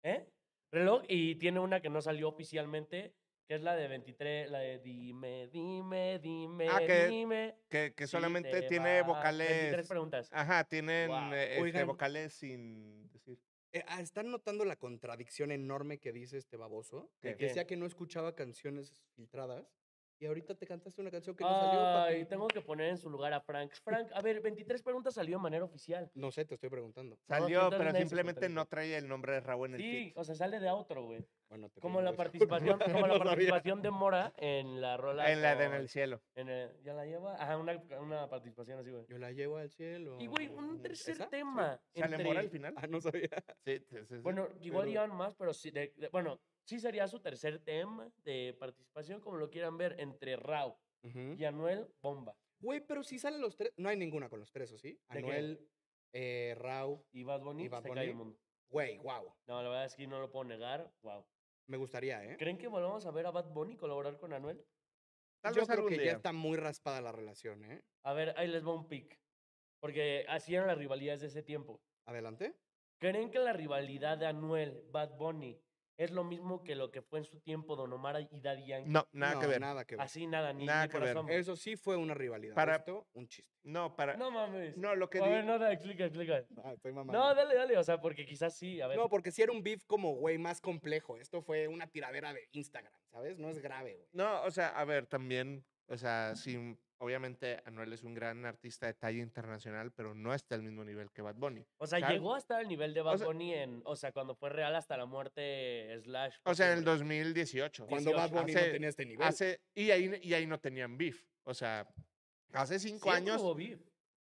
C: ¿Eh? Reloj y tiene una que no salió oficialmente, que es la de 23, la de dime, dime, dime,
A: Ah, que
C: dime.
A: Que, que
C: si
A: solamente
C: te
A: tiene
C: vas. 23
A: vocales. Ah,
C: preguntas.
A: Ajá, tienen
C: Wow.
A: eh, este,
B: Oigan.
A: vocales sin decir.
B: Eh, ah, ¿Están notando la contradicción enorme que dice este baboso?
A: ¿Qué?
B: Que
C: ¿Qué?
B: decía que no escuchaba canciones filtradas. Y ahorita te cantaste una canción que no salió.
C: Ay,
B: papi.
C: tengo que poner en su lugar a Frank. Frank, a ver, 23 preguntas salió de manera oficial.
B: No sé, te estoy preguntando.
A: Salió,
C: entonces
A: pero
C: nadie se
A: simplemente no
C: contradijo.
A: traía el nombre de Raúl en el
C: Sí,
A: feed.
C: o sea, sale de otro, güey.
B: Bueno, te
C: Como
B: pido
C: la
B: disculpas.
C: participación, como la
A: No sabía.
C: participación de Mora en la rola.
A: En la de En
C: con-
A: el cielo.
C: en el- ¿Ya la lleva? Ajá, una, una participación así, güey.
B: Yo la llevo al cielo.
C: Y, güey, un
A: Mm,
C: tercer
B: ¿esa? Sí.
C: tema.
A: ¿Sale Mora al
C: entre-
A: final?
B: Ah, no sabía.
A: Sí, sí, sí. sí.
C: Bueno, igual
A: pero-
C: llevan más, pero sí, de- de- bueno, sí sería su tercer tema de participación, como lo quieran ver, entre Rao y Anuel Bomba
B: Güey, pero si salen los tres. No hay ninguna con los tres, ¿o sí?
C: ¿De qué?
B: Anuel, eh, Rau.
C: y Bad Bunny,
B: ¿Y Bad
C: se cae el
B: Bunny?
C: mundo.
B: Güey, wow.
C: No, la verdad es que no lo puedo negar, wow.
B: Me gustaría, ¿eh?
C: ¿Creen que volvamos a ver a Bad Bunny colaborar con Anuel?
A: Tal
B: Yo
A: vez
B: creo
A: algún
B: que
A: día.
B: ya está muy raspada la relación, ¿eh?
C: A ver, ahí les va un pick. Porque así eran las rivalidades de ese tiempo.
B: Adelante.
C: ¿Creen que la rivalidad de Anuel, Bad Bunny, es lo mismo que lo que fue en su tiempo Don Omar y Daddy Yankee?
A: No, nada
B: No,
A: que ver.
B: Nada que ver.
C: Así nada, ni,
A: Nada
C: ni
A: que ver.
C: corazón.
B: Eso sí fue una rivalidad.
A: Para-
B: Esto, un chiste.
A: No, para. No,
C: No mames.
A: lo que
C: a ver,
A: digo.
C: no, no, explica, explica.
B: Ah, estoy mamando.
C: No, dale, dale, o sea, porque quizás sí, a ver.
A: pues,
B: No, porque si era un beef como, güey, más complejo. Esto fue una tiradera de Instagram, ¿sabes? No es grave, güey.
A: No, o sea, a ver, también, o sea, sí, obviamente Anuel es un gran artista de talla internacional, pero no está al mismo nivel que Bad Bunny.
C: o sea,
A: claro.
C: llegó hasta el nivel de Bad
A: sea-
C: Bunny en, o sea, cuando fue real hasta la muerte slash.
A: O sea, en el
C: copyright.
A: 2018.
B: Cuando Bad
C: 18,
B: Bunny no
A: hace-
B: tenía este nivel.
A: Hace, y, ahí, y ahí no tenían beef. O sea, hace cinco
C: Siempre
A: años.
C: hubo beef.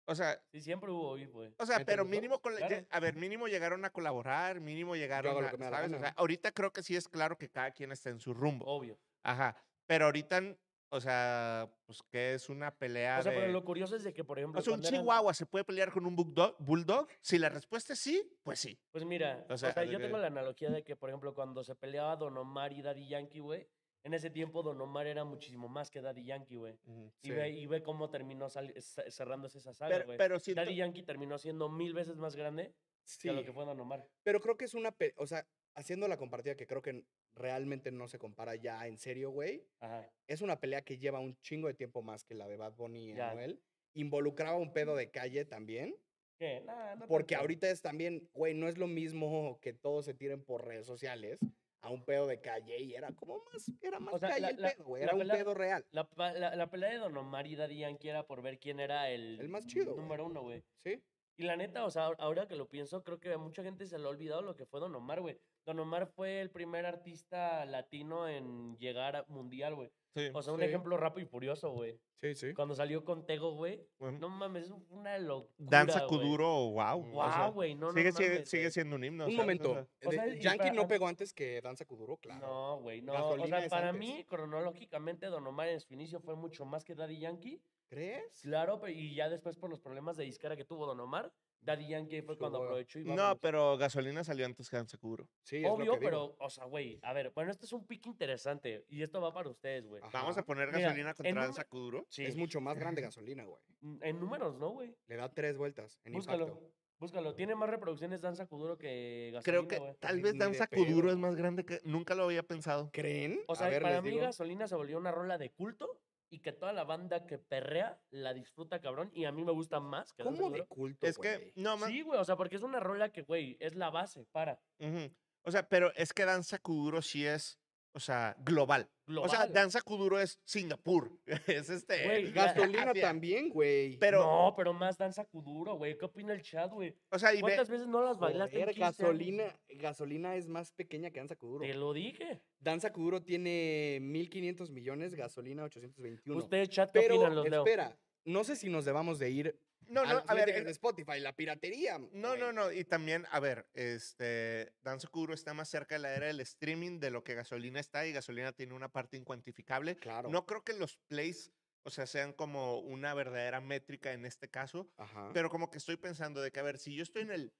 A: O sea,
C: Sí, siempre hubo beef, güey.
A: o sea
B: ¿Me
A: pero
B: entendés?
A: mínimo. Con la-
C: Claro.
A: A ver, mínimo llegaron a colaborar, mínimo
B: hago
A: llegaron
B: lo
A: a.
B: que me da la
A: ¿sabes? O
B: gana.
A: sea, ahorita creo que sí es claro que cada quien está en su rumbo.
C: Obvio.
A: Ajá. Pero ahorita, n- o sea, pues que es una pelea.
C: O sea,
A: de...
C: pero lo curioso es de que, por ejemplo.
A: O sea, un
C: cuando eran-
A: chihuahua se puede pelear con un bulldog, bulldog. Si la respuesta es sí, pues sí.
C: Pues mira,
A: O
C: o
A: sea,
C: sea,
A: de
C: yo tengo
A: que-
C: la analogía de que, por ejemplo, cuando se peleaba Don Omar y Daddy Yankee, güey, en ese tiempo Don Omar era muchísimo más que Daddy Yankee, güey. Y,
A: Sí.
C: ve, y ve cómo terminó sal- ce- cerrándose esa saga,
A: Pero,
C: güey.
A: pero siento-
C: Daddy Yankee terminó siendo mil veces más grande
B: Sí,
C: que lo que fue Don Omar.
B: pero creo que es una... pe- O sea, haciendo la compartida que creo que n- realmente no se compara ya en serio, güey.
C: Ajá.
B: Es una pelea que lleva un chingo de tiempo más que la de Bad Bunny y
C: Ya. Ah,
B: Anuel. Involucraba un pedo de calle también.
C: ¿Qué? Nah, no
B: Porque
C: tanto.
B: ahorita es también, güey, no es lo mismo que todos se tiren por redes sociales a un pedo de calle y era como más, era más
C: O sea,
B: calle
C: la-
B: el
C: la-
B: pedo, güey,
C: la
B: era un
C: pelea-
B: pedo real.
C: La, pa- la- la pelea de Don Omar y Daddy Yankee era por ver quién era el,
B: El más chido, güey.
C: número uno, güey.
B: ¿Sí?
C: Y la neta, o sea, ahor- ahora que lo pienso, creo que a mucha gente se le ha olvidado lo que fue Don Omar, güey. Don Omar fue el primer artista latino en llegar a mundial, güey.
A: Sí.
C: O sea, un
B: Sí.
C: ejemplo rápido y furioso, güey.
B: Sí, sí.
C: Cuando salió con Tego, güey.
A: Ujú.
C: No mames, es una locura.
A: Danza
C: güey.
A: Kuduro, wow.
B: Guau,
C: Guau, güey. No, no
A: sigue, sigue,
C: mames,
A: sigue
C: güey.
A: siendo un himno.
B: Un
A: ¿sabes? O
B: momento.
A: sea,
C: O sea,
B: de-
C: y
B: Yankee
C: para-
B: no pegó antes que Danza Kuduro, claro.
C: No, güey, no.
B: Gasolina
C: o sea,
B: es
C: para
B: antes.
C: mí, cronológicamente, Don Omar en su inicio fue mucho más que Daddy Yankee.
B: ¿Crees?
C: Claro, pe- y ya después por los problemas de discara que tuvo Don Omar, Daddy Yankee fue
B: Su
C: cuando
B: hueva.
C: aprovechó y
A: no,
C: vámonos.
A: pero Gasolina salió antes que Danza Kuduro.
B: Sí, es lo
C: Obvio,
B: que digo.
C: pero, o sea, güey, a ver, bueno, este es un pick interesante y esto va para ustedes, güey.
B: Ajá.
A: Vamos a poner
C: Mira,
A: Gasolina
C: en
A: contra
C: un-
A: Danza Kuduro.
C: Sí,
B: Es mucho más grande gasolina, güey.
C: n- en números, ¿no, güey?
B: Le da tres vueltas en
C: Búscalo,
B: impacto.
C: búscalo. Tiene más reproducciones Danza Kuduro que
A: Creo
C: Gasolina,
A: que
C: güey.
A: tal
B: Ni
A: vez
B: de
A: Danza
B: pedo.
A: Kuduro es más grande que... Nunca lo había pensado.
B: ¿Creen?
C: O sea,
B: a ver,
C: para
B: les
C: mí
B: digo.
C: Gasolina se volvió una rola de culto y que toda la banda que perrea la disfruta cabrón y a mí me gusta más que Danza
B: ¿Cómo de
C: Kuduro.
B: culto,
A: Es que,
B: güey?
A: no, más...
C: Sí, güey, o sea, porque es una rola que, güey, es la base para
A: ujú. O sea, pero es que Danza Kuduro sí es, o sea, global.
C: global.
A: O sea, Danza Kuduro es Singapur. es este...
C: Güey, la-
B: Gasolina
A: Asia.
B: también, güey.
A: Pero,
C: No, pero más Danza Kuduro, güey. ¿Qué opina el chat, güey?
A: o sea, y ve...
C: ¿Cuántas veces no las bailaste en
B: Joder,
C: 15 años?
B: gasolina, gasolina es más pequeña que Danza Kuduro.
C: Te lo dije.
B: Danza Kuduro tiene 1.500 millones, gasolina 821.
C: Ustedes, chat, ¿qué
B: Pero,
C: opinan los leo?
B: espera, no sé si nos debamos de ir
A: No,
B: a
A: no,
B: los
A: a ver,
B: métricas
A: en-
B: de Spotify, la piratería.
A: No, no, no. Y también, a ver, este, Danza Kuduro está más cerca de la era del streaming de lo que Gasolina está y Gasolina tiene una parte incuantificable.
B: Claro.
A: No creo que los plays, o sea, sean como una verdadera métrica en este caso,
B: Ajá.
A: pero como que estoy pensando de que, a ver, si yo estoy en el,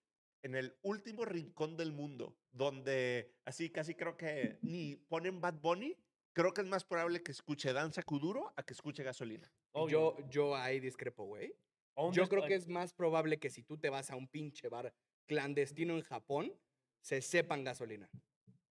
A: en el último rincón del mundo, donde así casi creo que ni ponen Bad Bunny, creo que es más probable que escuche Danza Kuduro a que escuche Gasolina.
C: Obvio.
B: yo, yo ahí discrepo, güey.
C: O un
B: Yo
C: disco-
B: creo que es más probable que si tú te vas a un pinche bar clandestino en Japón, se sepan gasolina.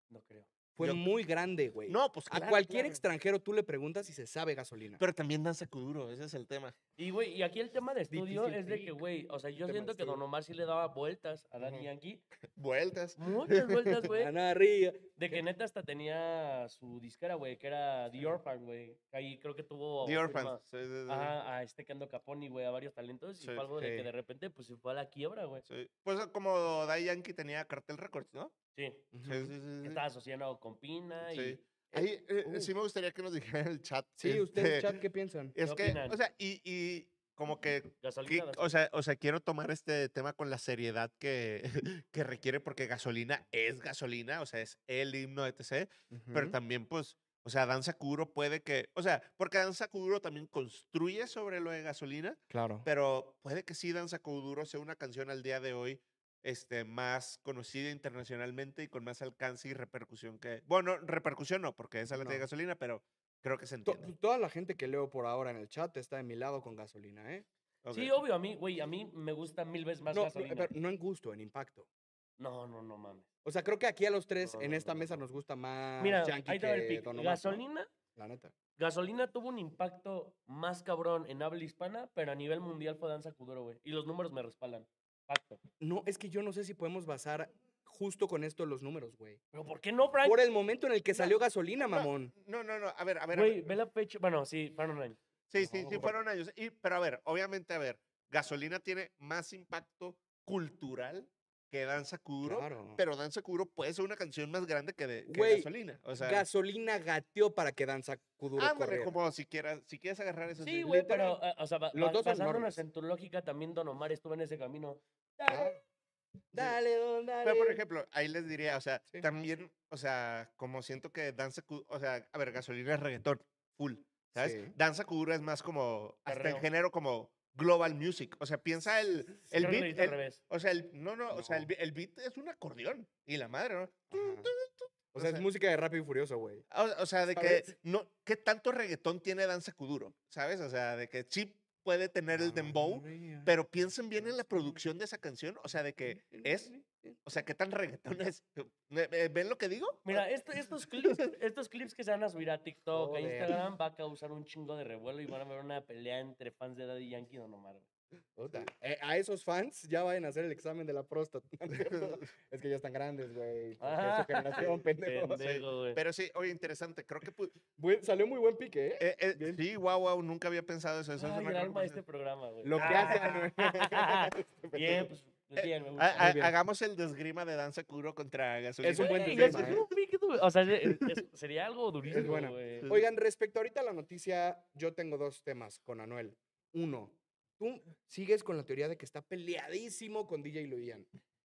C: No creo.
B: Fue
A: Yo-
B: muy grande, güey.
A: No, pues
B: a
A: claro,
B: cualquier
A: claro.
B: extranjero tú le preguntas y se sabe gasolina.
A: Pero también Danza Kuduro, ese es el tema.
C: Y, güey, y aquí el tema de estudio
B: Difícil
C: es de que,
B: pick,
C: güey, o sea,
B: tema
C: yo
B: de
C: siento que Don
B: estudio.
C: Omar sí le daba vueltas a Daddy
A: Ujú.
C: Yankee.
A: Vueltas.
C: Muchas vueltas, güey.
B: Ana Ría.
C: De que neta hasta tenía su disquera, güey, que era The Orphan, güey. que Ahí creo que tuvo.
A: The Orphans.
C: firma-
A: sí, sí, sí.
C: Ajá, a este Kendo Caponi, güey, a varios talentos. Y
A: Sí.
C: fue algo de
B: Sí.
C: que de repente, pues se fue a la quiebra, güey.
A: Sí. Pues ah, como Dai Yankee tenía Cartel Records, ¿no?
C: Sí.
A: Sí,
B: Ujú.
A: sí, sí,
C: que
A: sí.
C: Estaba asociado con Pina.
A: Sí.
C: Y,
A: Ahí eh,
B: uh.
A: sí me gustaría que nos dijeran en el chat.
B: Sí, ustedes,
A: este,
B: chat, ¿qué piensan?
A: Es
C: ¿Qué
A: que,
C: opinan?
A: o sea, y, y como que, que-
C: gasolina.
A: o, sea, o sea, quiero tomar este tema con la seriedad que, que requiere porque gasolina es gasolina, o sea, es el himno, etc. Pero
B: Ujú.
A: también, pues, o sea, Danza Kuduro puede que, o sea, porque Danza Kuduro también construye sobre lo de gasolina,
B: Claro.
A: pero puede que sí Danza Kuduro sea una canción al día de hoy este, más conocida internacionalmente y con más alcance y repercusión que... Bueno, no, repercusión no, porque esa la tiene
B: No.
A: gasolina, pero creo que se
B: To-
A: entiende.
B: toda la gente que leo por ahora en el chat está de mi lado con gasolina, ¿eh?
A: Ok.
C: Sí, obvio, a mí, güey, a mí me gusta mil veces más
B: no, no,
C: gasolina.
B: pero no en gusto, en impacto.
C: No, no, no mames.
B: O sea, creo que aquí a los tres
C: No,
B: en
C: no,
B: esta
C: no,
B: mesa
C: no.
B: nos gusta más
C: Mira,
B: Yankee
C: ahí te va el
B: que
C: pick.
B: Don Omar, ¿no?
C: Gasolina,
B: La neta.
C: gasolina tuvo un impacto más cabrón en habla hispana, pero a nivel mundial fue danza Kuduro, güey. Y los números me respaldan. Facto.
B: No, es que yo no sé si podemos basar justo con esto los números, güey.
C: Pero ¿por qué no, Frank?
B: Por el momento en el que
A: No,
B: salió gasolina,
A: no,
B: mamón.
A: No, no, no, a ver, a ver. a
C: Güey,
A: ver.
C: ve la fecha. Bueno, sí, fueron años.
A: Sí,
C: Por
A: sí, sí,
C: favor.
A: fueron ellos. Y, pero a ver, obviamente, a ver, gasolina tiene más impacto cultural que Danza Kuduro,
B: Claro.
A: pero Danza Kuduro puede ser una canción más grande que, de, que
B: Güey,
A: gasolina. O sea,
B: gasolina gateó para que Danza Kuduro
A: ándale,
B: corriera.
A: como si quieras, si quieres agarrar eso.
C: Sí,
A: así,
C: güey,
A: literal.
C: pero, eh, o sea, ba-
B: Los
C: ba-
B: dos son
C: basándonos
B: enormes.
C: en tu lógica, también Don Omar estuvo en ese camino.
B: Claro. Dale, don, dale.
A: Pero, por ejemplo, ahí les diría, o sea,
B: Sí.
A: también, o sea, como siento que Danza Kuduro, o sea, a ver, gasolina es reggaetón, full, ¿sabes?
B: Sí.
A: Danza Kuduro es más como, hasta en
C: Perreo.
A: género como global music. O sea, piensa el, el
C: Creo que lo
A: beat,
C: hice al
A: el-
C: revés.
A: O sea, el, no, no, o sea, el,
B: No.
A: bi- el beat es un acordeón y la madre, ¿no?
B: Ajá. O
A: o sea-
B: sea, es música de rápido y furioso, güey.
A: O, o sea, de
B: ¿Sabes?
A: que no, ¿qué tanto reggaetón tiene Danza Kuduro? ¿Sabes? O sea, de que sí puede tener
B: Ah,
A: el dembow, pero piensen bien en la producción de esa canción, o sea, de que es, o sea, ¿qué tan reggaetón es? ¿Me- me- ¿Ven lo que digo?
C: Mira, esto- estos, clips, estos clips que se van a subir a TikTok, a
B: Joder.
C: Instagram, va a causar un chingo de revuelo y van a ver una pelea entre fans de Daddy Yankee y Don Omar. güey.
B: Puta, eh, a esos fans ya vayan a hacer el examen de la próstata. ¿no es cierto? es que ya están grandes, güey. porque es
C: Ah,
B: su generación, pendejo.
C: Pendejo, güey.
A: Pero sí, oye, interesante, creo que... pu-
B: Buen- salió muy buen pique, ¿eh?
A: eh, eh,
B: Bien.
A: sí, wow, wow, nunca había pensado eso. eso es una
C: Ay, el
A: gran
C: alma de
A: cosa.
C: este programa, güey.
B: Lo que hace Anuel.
C: Bien, pues, pues bien, me
A: Ha-
C: gusta.
A: ha-
B: bien.
A: hagamos el desgrima de Danza Kuduro contra Gasolina.
B: un buen
C: Güey,
B: tema,
C: eso es
B: ¿eh?
C: un pic du- O sea, es- es- sería algo durísimo,
B: buena.
C: güey.
A: Sí.
B: Oigan, respecto ahorita a la noticia, yo tengo dos temas con Anuel. Uno, tú sigues con la teoría de que está peleadísimo con DJ Luian.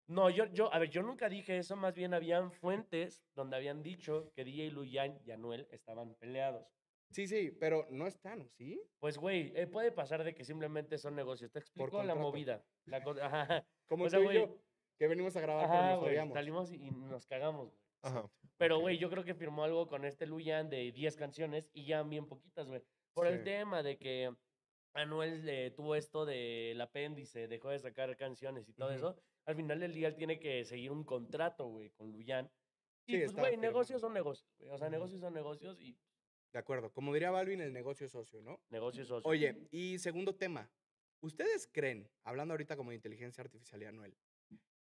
C: No, yo, yo, a ver, yo nunca dije eso, más bien habían fuentes donde habían dicho que DJ Luyan y Anuel estaban peleados.
B: Sí, sí, pero no están, ¿o sí?
C: Pues, güey, eh, puede pasar de que simplemente son negocios. Te explico la
B: contrato.
C: movida. La co- ajá,
B: Como
C: O sea,
B: tú y
C: güey.
B: yo, que venimos a grabar, pero
C: ajá,
B: nos
C: güey,
B: odiamos.
C: salimos y, y nos cagamos. güey.
A: Ajá.
C: Pero,
B: Ok.
C: güey, yo creo que firmó algo con este Luyan de 10 canciones y ya bien poquitas, güey. Por el
B: Sí.
C: tema de que Anuel eh, tuvo esto del apéndice, dejó de sacar canciones y todo
B: Ujú.
C: eso. Al final del día él tiene que seguir un contrato, güey, con Luyan. Y
B: Sí,
C: pues,
B: está
C: güey,
B: firmado.
C: negocios son negocios. güey. O sea,
B: Ujú.
C: negocios son negocios y
B: De acuerdo, como diría Balvin, el negocio es socio, ¿no?
C: negocios socios.
B: Oye, y segundo tema. ¿Ustedes creen, hablando ahorita como de inteligencia artificial y Anuel,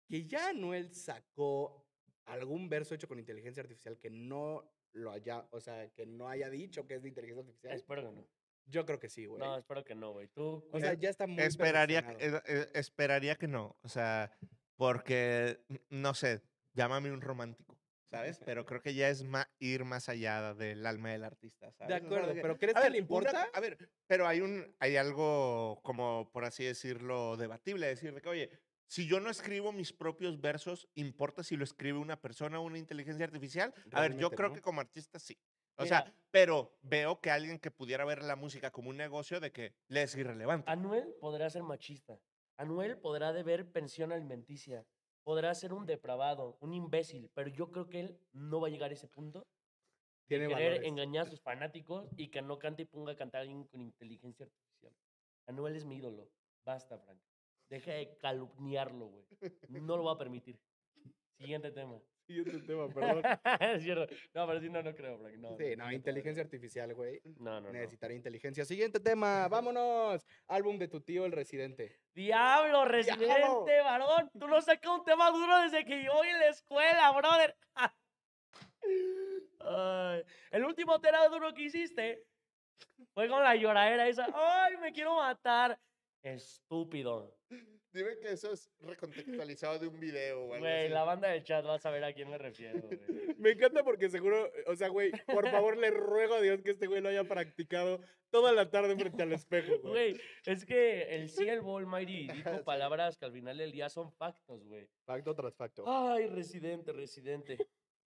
B: que ya Anuel sacó algún verso hecho con inteligencia artificial que no lo haya, o sea, que no haya dicho que es de inteligencia artificial?
C: Espero que no.
B: Yo creo que sí, güey.
C: No, espero que no, güey. Tú,
B: o sea,
A: eh,
B: ya está muy
A: Esperaría, que-
B: perfeccionado.
A: eh, eh, esperaría que no, o sea, porque, n- no sé, llámame un romántico, ¿sabes? Pero creo que ya es ma- ir más allá del alma del artista, ¿sabes?
B: De
A: O sea,
B: acuerdo,
A: que-
B: pero ¿crees
A: a
B: que
A: ver,
B: le
A: una-
B: importa?
A: a ver, pero hay, un, hay algo como, por así decirlo, debatible, decir de que, oye, si yo no escribo mis propios versos, ¿importa si lo escribe una persona o una inteligencia artificial? A ver, yo
B: Realmente
A: creo
B: no.
A: que como artista sí. O
C: Mira.
A: sea, pero veo que alguien que pudiera ver la música como un negocio de que le es irrelevante.
C: Anuel podrá ser machista. Anuel podrá deber pensión alimenticia. Podrá ser un depravado, un imbécil, pero yo creo que él no va a llegar a ese punto.
B: Tiene
C: Querer
B: valores.
C: engañar a sus fanáticos y que no cante y ponga a cantar a alguien con inteligencia artificial. Anuel es mi ídolo. Basta, Frank. Deja de calumniarlo, güey. No lo voy a permitir. Siguiente tema.
B: Siguiente este tema, perdón.
C: es cierto. No, pero sí, no, no creo, Frank. No,
B: Sí, no,
C: siguiente
B: inteligencia artificial, güey.
C: tema. No, no, no.
B: Necesitaría inteligencia. Siguiente tema, vámonos. Álbum de tu tío, El Residente.
C: Diablo, residente, varón. Tú no sacas un tema duro desde que yo voy en la escuela, brother. Ay, el último tema duro que hiciste fue con la lloradera esa. Ay, me quiero matar. Estúpido.
A: Dime que eso es recontextualizado de un video, güey.
C: Güey, la banda del chat va a saber a quién me refiero. güey.
B: Me encanta porque seguro, o sea, güey, por favor le ruego a Dios que este güey lo haya practicado toda la tarde frente al espejo, güey.
C: Güey, es que el Cielo Almighty
A: Sí.
C: dijo palabras que al final del día son factos, güey.
B: Facto tras facto.
C: Ay, residente, residente.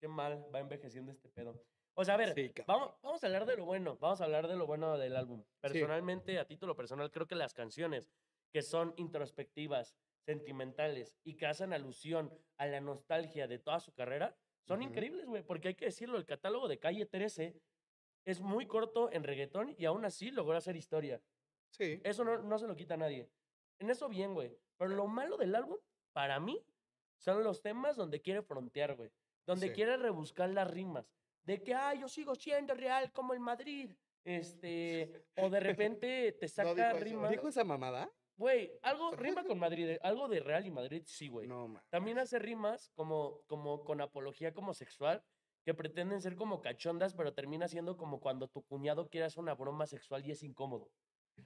C: Qué mal va envejeciendo este pedo. O sea, a ver,
B: Sí, cabrón.
C: vamos, vamos a hablar de lo bueno. Vamos a hablar de lo bueno del álbum. Personalmente, a título personal, creo que las canciones que son introspectivas, sentimentales y que hacen alusión a la nostalgia de toda su carrera, son
B: Ujú.
C: increíbles, güey, porque hay que decirlo, el catálogo de Calle 13 es muy corto en reggaetón y aún así logró hacer historia.
B: Sí.
C: Eso no, no se lo quita a nadie. En eso bien, güey. Pero lo malo del álbum, para mí, son los temas donde quiere frontear, güey. Donde
B: Sí.
C: quiere rebuscar las rimas. De que, ah, yo sigo siendo real como el Madrid. Este, o de repente te saca
A: dijo eso.
C: rimas.
B: ¿Dijo esa mamada?
C: Güey, algo rima con Madrid. eh, Algo de Real y Madrid, sí, güey.
B: No, ma.
C: También hace rimas como, como con apología como sexual, que pretenden ser como cachondas, pero termina siendo como cuando tu cuñado quiere hacer una broma sexual y es incómodo.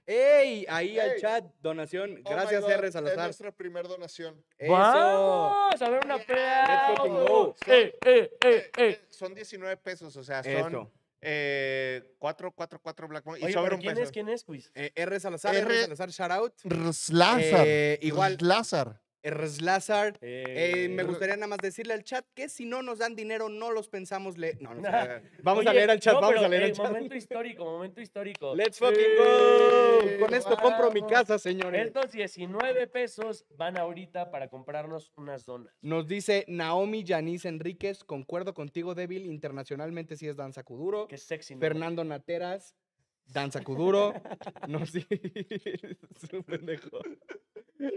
B: ¡Ey! Ahí al
A: Ey.
B: chat, donación.
A: Oh my
B: Gracias,
A: God,
B: R.
A: Es
B: Salazar.
A: nuestra primer donación.
B: ¡Eso!
C: ¡Vamos! A ver, un
A: Yeah, let's
B: fucking
C: aplauso.
B: go.
C: ¡Eh, eh, eh,
A: Eh,
C: eh!
A: eh, Son 19 pesos, o sea, son
B: Eso.
A: eh, 4, 4, 4 Black Money. Y
C: Oye,
A: sobre
C: pero
A: un
C: ¿quién
A: peso.
C: es? ¿Quién es, Quiz?
B: Eh, R. Salazar, R.
A: R.
B: Salazar, shout out.
A: Slazar.
B: Eh, igual,
A: Slazar.
B: R. Salazar. Eh, me
A: Eh,
B: gustaría nada más decirle al chat que si no nos dan dinero, no los pensamos leer. No, no,
C: Nah.
B: vamos a
C: Oye,
B: leer al chat,
C: no,
B: vamos
C: pero,
B: a leer
C: eh,
B: al chat.
C: Momento histórico, momento histórico.
B: Let's fucking go.
A: Sí,
B: Con esto compro mi
C: vamos.
B: casa, señores.
C: Estos 19 pesos van ahorita para comprarnos unas donas.
B: Nos dice Naomi Yanis Enríquez, concuerdo contigo, débil. Internacionalmente sí es danza kuduro.
C: Qué sexy. ¿no?
B: Fernando Nateras, danza kuduro. Nos dice. Es un pendejo.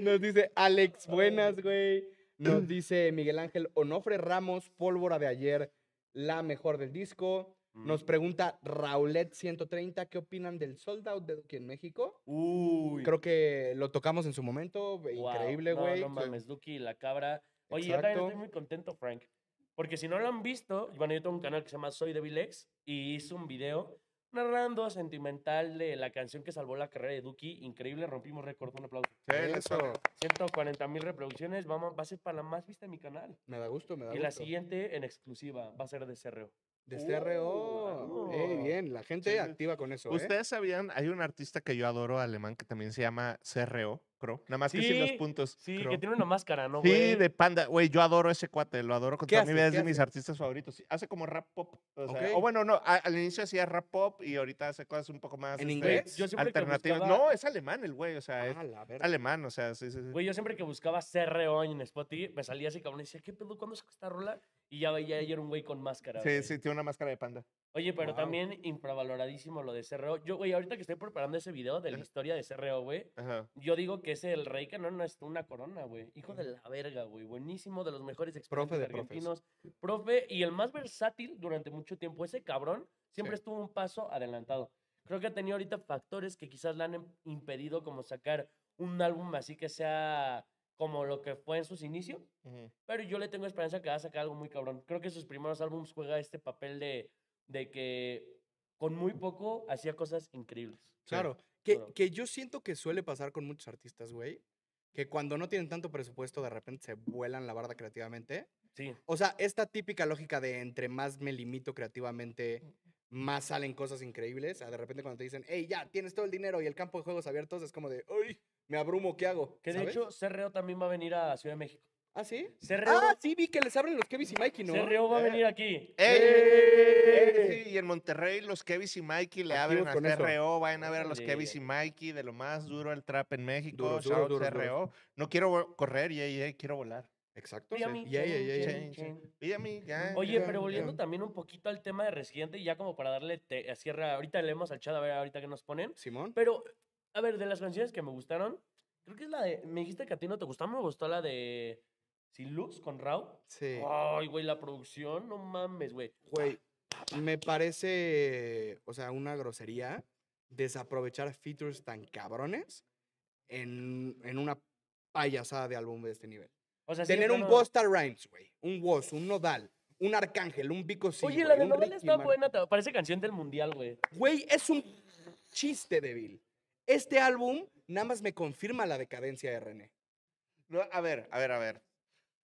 B: Nos dice Alex Buenas, güey. Nos dice Miguel Ángel Onofre Ramos, pólvora de ayer, la mejor del disco. Nos
C: Mm.
B: pregunta Raulet130, ¿qué opinan del sold out de Duki en México?
C: Uy.
B: Creo que lo tocamos en su momento, ve-
C: Wow,
B: increíble,
C: no,
B: güey.
C: No, mames, Duki y la cabra. Oye, yo también
B: Exacto.
C: estoy muy contento, Frank. Porque si no lo han visto, bueno, yo tengo un canal que se llama Soy Devil X y hice un video narrando sentimental de la canción que salvó la carrera de Duki. Increíble, rompimos récord. Un aplauso.
A: Sí, let's
B: Eso.
A: go.
C: 140 mil reproducciones, vamos, va a ser para la más vista de mi canal.
B: Me da gusto, me da
C: Y
B: gusto.
C: la siguiente en exclusiva va a ser de E CRO.
B: De
A: Uh,
B: CRO. Ey,
C: vamos.
B: bien, la gente
A: Sí, sí.
B: activa con eso, ¿eh?
A: ¿Ustedes sabían? Hay un artista que yo adoro alemán que también se llama CRO, Cro. Nada más que sin los
C: Sí,
A: puntos.
C: Sí,
A: Cro.
C: que tiene una máscara, ¿no,
A: Sí,
C: güey?
A: de Panda. Güey, yo adoro ese cuate, lo adoro con
B: ¿Qué
A: toda mi
B: hace?
A: vida, es
B: ¿Qué
A: de mis
B: hace?
A: artistas favoritos. Hace como rap pop. O, sea,
B: Ok.
A: o bueno, no, a- al inicio hacía rap pop y ahorita hace cosas un poco más
B: ¿En
A: este,
B: inglés?
C: Güey, yo siempre que
A: alternativas.
C: buscaba-
A: No, es alemán el güey, o sea, es
B: Ah, la verga.
A: alemán, o sea, sí, sí, sí.
C: Güey, yo siempre que buscaba CRO en Spotify, me salía así cabrón y decía, ¿qué pedo? ¿Cuándo saca esta rola? Y ya veía ayer un güey con máscara.
A: Sí,
C: güey.
A: sí, tiene una máscara de panda.
C: Oye, pero
B: Guau.
C: también infravaloradísimo lo de CRO. Yo, güey, ahorita que estoy preparando ese video de la
A: Ajá.
C: historia de CRO, güey,
A: Ajá.
C: yo digo que es el rey que no, no es una corona, güey. Hijo de la verga, güey. Buenísimo, de los mejores exponentes
B: de profes.
C: argentinos. Profe, y el más versátil durante mucho tiempo. Ese cabrón siempre
B: Sí.
C: estuvo un paso adelantado. Creo que ha tenido ahorita factores que quizás le han em- impedido como sacar un álbum así que sea como lo que fue en sus inicios.
A: ujú.
C: Pero yo le tengo esperanza que va a sacar algo muy cabrón. Creo que sus primeros álbumes juega este papel de, de que con muy poco hacía cosas increíbles.
B: Claro. Que,
C: Claro.
B: que yo siento que suele pasar con muchos artistas, güey. Que cuando no tienen tanto presupuesto, de repente se vuelan la barda creativamente.
C: Sí.
B: O sea, esta típica lógica de entre más me limito creativamente, más salen cosas increíbles. a de repente cuando te dicen, hey, ya, tienes todo el dinero y el campo de juegos abiertos, es como de, uy, me abrumo, ¿qué hago?
C: Que de
B: ¿Sabes?
C: hecho, CRO también va a venir a Ciudad de México.
B: ¿Ah, sí?
C: CRO,
B: Ah, sí, vi que les abren los Kevin y Mikey, ¿no?
C: CRO va a
A: Eh.
C: venir aquí.
A: ¡Ey!
B: ¡Eh!
A: ¡Eh! Y en Monterrey los Kevis y Mikey le abren
B: Activos
A: a
B: con eso.
A: CRO, vayan a ver a los
C: Órale.
A: Kevis y Mikey, de lo más duro el trap en México,
B: Duros,
A: shout
B: duros,
A: out
B: duros, duros.
A: CRO. No quiero vo- correr, yeah, yeah, quiero volar.
B: Exacto.
C: Free a me,
B: Ya, ya,
C: chain,
B: ya, ya.
C: chain,
A: Change,
C: chain.
A: Y a mí, ya.
C: Oye,
A: ya,
C: pero volviendo
A: ya.
C: también un poquito al tema de Residente, ya como para darle te- a cierre, ahorita leemos al chat a ver ahorita qué nos ponen.
B: Simón.
C: Pero, a ver, de las canciones que me gustaron, creo que es la de. Me dijiste que a ti no te gustó, me gustó la de Sin Luz con Rao.
B: Sí.
C: Ay, güey, la producción, no mames, güey.
B: Güey, me parece, o sea, una grosería desaprovechar features tan cabrones en, en una payasada de álbum de este nivel.
C: O sea, sí, de
B: Tener un
C: plano-
B: Busta Rhymes, güey, un Woz, un Nodal, un Arcángel, un Vico C,
C: Oye,
B: güey,
C: la de
B: un
C: Nodal
B: Ricky
C: está
B: Martin.
C: buena, ta- parece canción del mundial, güey.
B: Güey, es un chiste débil. Este álbum nada más me confirma la decadencia de René.
A: No, a ver, a ver, a ver.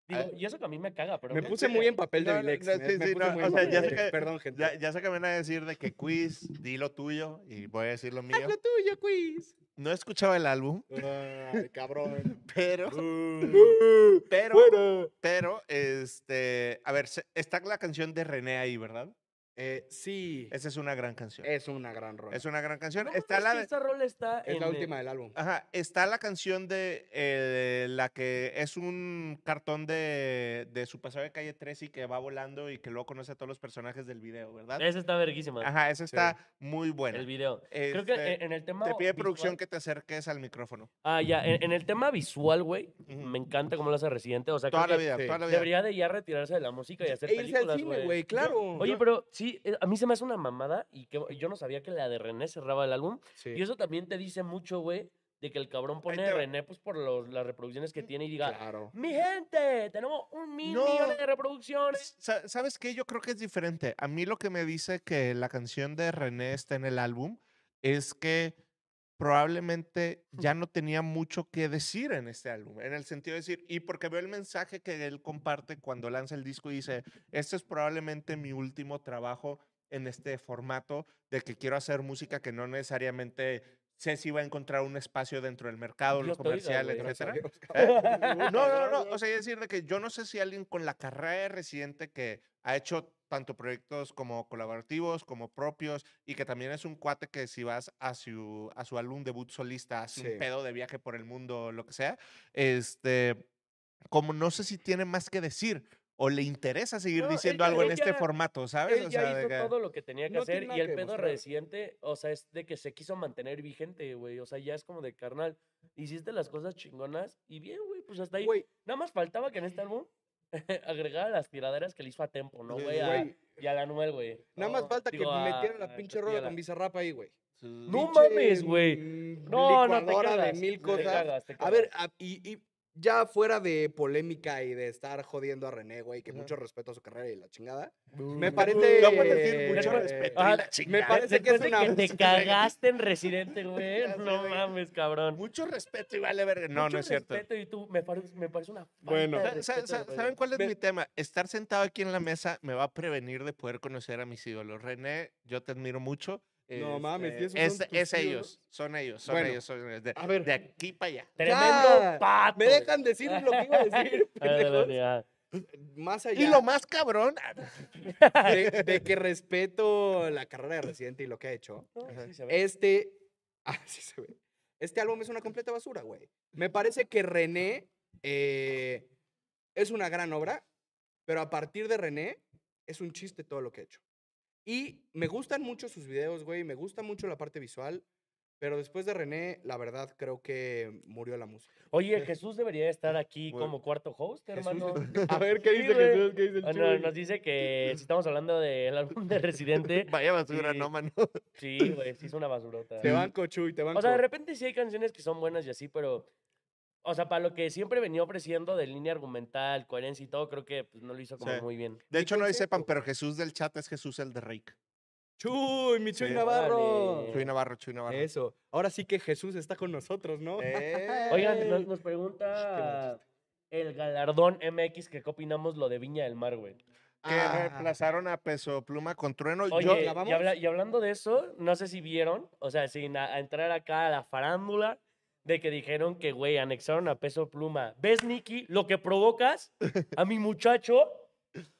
C: Digo,
A: ver.
C: y eso que a mí me caga, pero.
B: Ah. Me
C: güey.
B: puse muy en papel de
A: No, no,
B: Vilex.
A: no,
B: me-
A: sí,
B: me
A: sí,
B: puse
A: no,
B: muy
A: o
B: en
A: sea,
B: papel
A: ya
B: de
A: sé que-
B: Vilex, Perdón, gente.
A: Ya, ya sé que me van a decir de que quiz, di lo tuyo y voy a decir lo mío.
B: Lo tuyo, quiz.
A: No he escuchado el álbum,
B: Ay, cabrón.
A: pero, pero,
B: Fuera.
A: pero, este, a ver, se- está la canción de René ahí, ¿verdad?
B: Eh, sí, es,
A: Esa es una gran canción.
B: una gran rola.
A: Eh, Es una gran canción.
C: No
A: está
C: mames,
A: la
C: que
A: de-
C: Esta rola está
B: Es
C: en
B: la
C: el-
B: última del álbum.
A: Ajá, está la canción de eh, la que es un cartón de, de su paseo de calle 13 y que va volando y que luego conoce a todos los personajes del video, ¿verdad?
C: Esa está verguísima.
A: Ajá, esa
B: Sí.
A: está muy buena.
C: El video. Creo que
A: Este,
C: en- en el tema.
A: Te pide producción
C: visual-
A: que te acerques al micrófono.
C: Ah, ya. En, en el tema visual, güey,
A: Ujú.
C: me encanta cómo lo hace Residente. O sea,
A: Toda
C: creo
A: la
C: que
A: vida,
B: sí.
A: toda la vida.
C: debería de ya retirarse de la música y hacer
B: E irse al
C: películas,
B: cine,
C: güey.
B: güey, claro.
C: Oye,
B: Yo-
C: pero sí, eh, a mí se me hace una mamada y que yo no sabía que la de René cerraba el álbum.
B: Sí.
C: Y eso también te dice mucho, güey, de que el cabrón pone
A: te
C: a
A: va. Mm,
C: René pues por los, las reproducciones que tiene y diga,
B: Claro.
C: mi gente, tenemos un mil millones
A: No.
C: de reproducciones.
A: Pues, Sa- ¿Sabes qué? Yo creo que es diferente. A mí lo que me dice que la canción de René está en el álbum es que probablemente ya no tenía mucho que decir en este álbum, en el sentido de decir, y porque veo el mensaje que él comparte cuando lanza el disco y dice, este es probablemente mi último trabajo en este formato de que quiero hacer música que no necesariamente sé si va a encontrar un espacio dentro del mercado, en lo
C: Dios te oiga,
A: comercial,
C: güey.
B: Gracias a
A: etcétera.
B: Dios, cabrón.
A: No, no, no. O sea, es decir, de que yo no sé si alguien con la carrera de residente que ha hecho tanto proyectos como colaborativos, como propios, y que también es un cuate que si vas a su, a su álbum debut solista, hace
B: Sí.
A: un pedo de viaje por el mundo, lo que sea, este, como no sé si tiene más que decir o le interesa seguir
C: No, él
A: diciendo
C: ya-
A: algo en
C: él
A: este
C: ya-
A: formato, ¿sabes?
C: Él
A: o
C: ya
A: sea, de
C: hizo
A: que-
C: todo lo que tenía que
B: No tiene
C: hacer y
B: nada
C: el
B: que
C: pedo
B: demostrar.
C: reciente, o sea, es de que se quiso mantener vigente, güey. O sea, ya es como de carnal. Hiciste las cosas chingonas y bien, güey, pues hasta ahí.
B: Güey,
C: Nada más faltaba que en este álbum agregara las tiraderas que le hizo a Tempo, ¿no,
A: Sí,
C: güey? A-
B: güey,
C: Y a la Anuel, güey.
B: nada más
C: No,
B: falta que
C: digo, ah, a-
B: metieran
C: a
B: la pinche
C: Castilla
B: rola
C: la-
B: con Bizarrap ahí, güey.
C: No
B: Pinche,
C: mames, güey.
B: mm,
C: No, no, te
B: licuadora
C: cagas.
B: de mil
C: te
B: cosas.
C: cagas, te
B: A ver,
C: cagas.
B: a- y, y ya fuera de polémica y de estar jodiendo a René, güey, que
A: Ajá.
B: mucho respeto a su carrera y la chingada.
C: No,
B: Me
C: no,
B: parece.
A: Yo puedo decir mucho
C: eh,
A: respeto
C: ah,
A: y la
C: me
A: chingada.
B: parece que es
C: Después de
B: una-
C: que te cagaste en Residente, güey.
A: Ya sé,
C: No
A: güey.
C: mames, cabrón.
A: Mucho respeto y vale ver. No,
C: Mucho
A: no es cierto.
C: respeto y tú, me, pare- me parece una falta
B: Bueno.
C: de
A: Sa- sa-
C: respeto,
A: sa-
C: güey.
A: ¿Saben cuál es
B: Ve-
A: mi tema? Estar sentado aquí en la mesa me va a prevenir de poder conocer a mis ídolos. René, yo te admiro mucho.
B: No mames,
A: Este,
B: ¿y esos
A: es,
B: son tus
A: es ellos,
B: ídolos?
A: son ellos, son
B: Bueno,
A: ellos, son ellos. De,
B: A ver,
A: de aquí para allá.
C: Tremendo
B: Ya,
C: pato.
B: me
C: güey.
B: dejan decir lo que iba a decir.
C: A ver,
B: pendejos.
C: dale, ya.
B: Más
A: Y
B: allá
A: lo más cabrón.
B: de, de que respeto la carrera de Residente y lo que ha hecho.
C: No, sí se ve.
B: Este. Ah, sí se ve. Este álbum es una completa basura, güey. Me parece que René eh, es una gran obra, pero a partir de René es un chiste todo lo que he hecho. Y me gustan mucho sus videos, güey. Me gusta mucho la parte visual. Pero después de René, la verdad, creo que murió la música.
C: Oye, Jesús debería estar aquí
A: Eh, Bueno.
C: como cuarto host, hermano.
B: A ver, ¿qué
C: Sí,
B: dice
C: güey.
B: Jesús? ¿Qué dice el
C: Ah, no,
B: Chuy?
C: nos dice que si estamos hablando del álbum de Residente,
A: Vaya basura,
C: Sí.
A: no, mano.
C: sí, güey, sí es una basurota.
B: Te banco, Chuy, te banco.
C: O sea, de repente sí hay canciones que son buenas y así, pero. O sea, para lo que siempre venía ofreciendo de línea argumental, coherencia y todo, creo que pues, no lo hizo como
A: Sí.
C: muy bien.
A: De hecho, no lo
B: concepto,
A: sepan,
B: güey.
A: pero Jesús del chat es Jesús el de Reik.
B: Chuy, mi Chuy
A: Sí.
B: Navarro.
C: Órale.
A: Chuy Navarro, Chuy Navarro.
B: Eso. Ahora sí que Jesús está con nosotros, ¿no?
A: Eh.
C: Oigan, nos,
B: Ey.
C: nos pregunta el galardón MX que qué opinamos lo de Viña del Mar, güey.
A: Que
B: Ah.
A: reemplazaron a Peso Pluma con Trueno.
C: Oye,
A: Yo,
C: y,
B: ¿la vamos?
C: habla- y hablando de eso, no sé si vieron, o sea, sin a- a entrar acá a la farándula, de que dijeron que, güey, anexaron a Peso Pluma. ¿Ves, Nicky, lo que provocas a mi muchacho?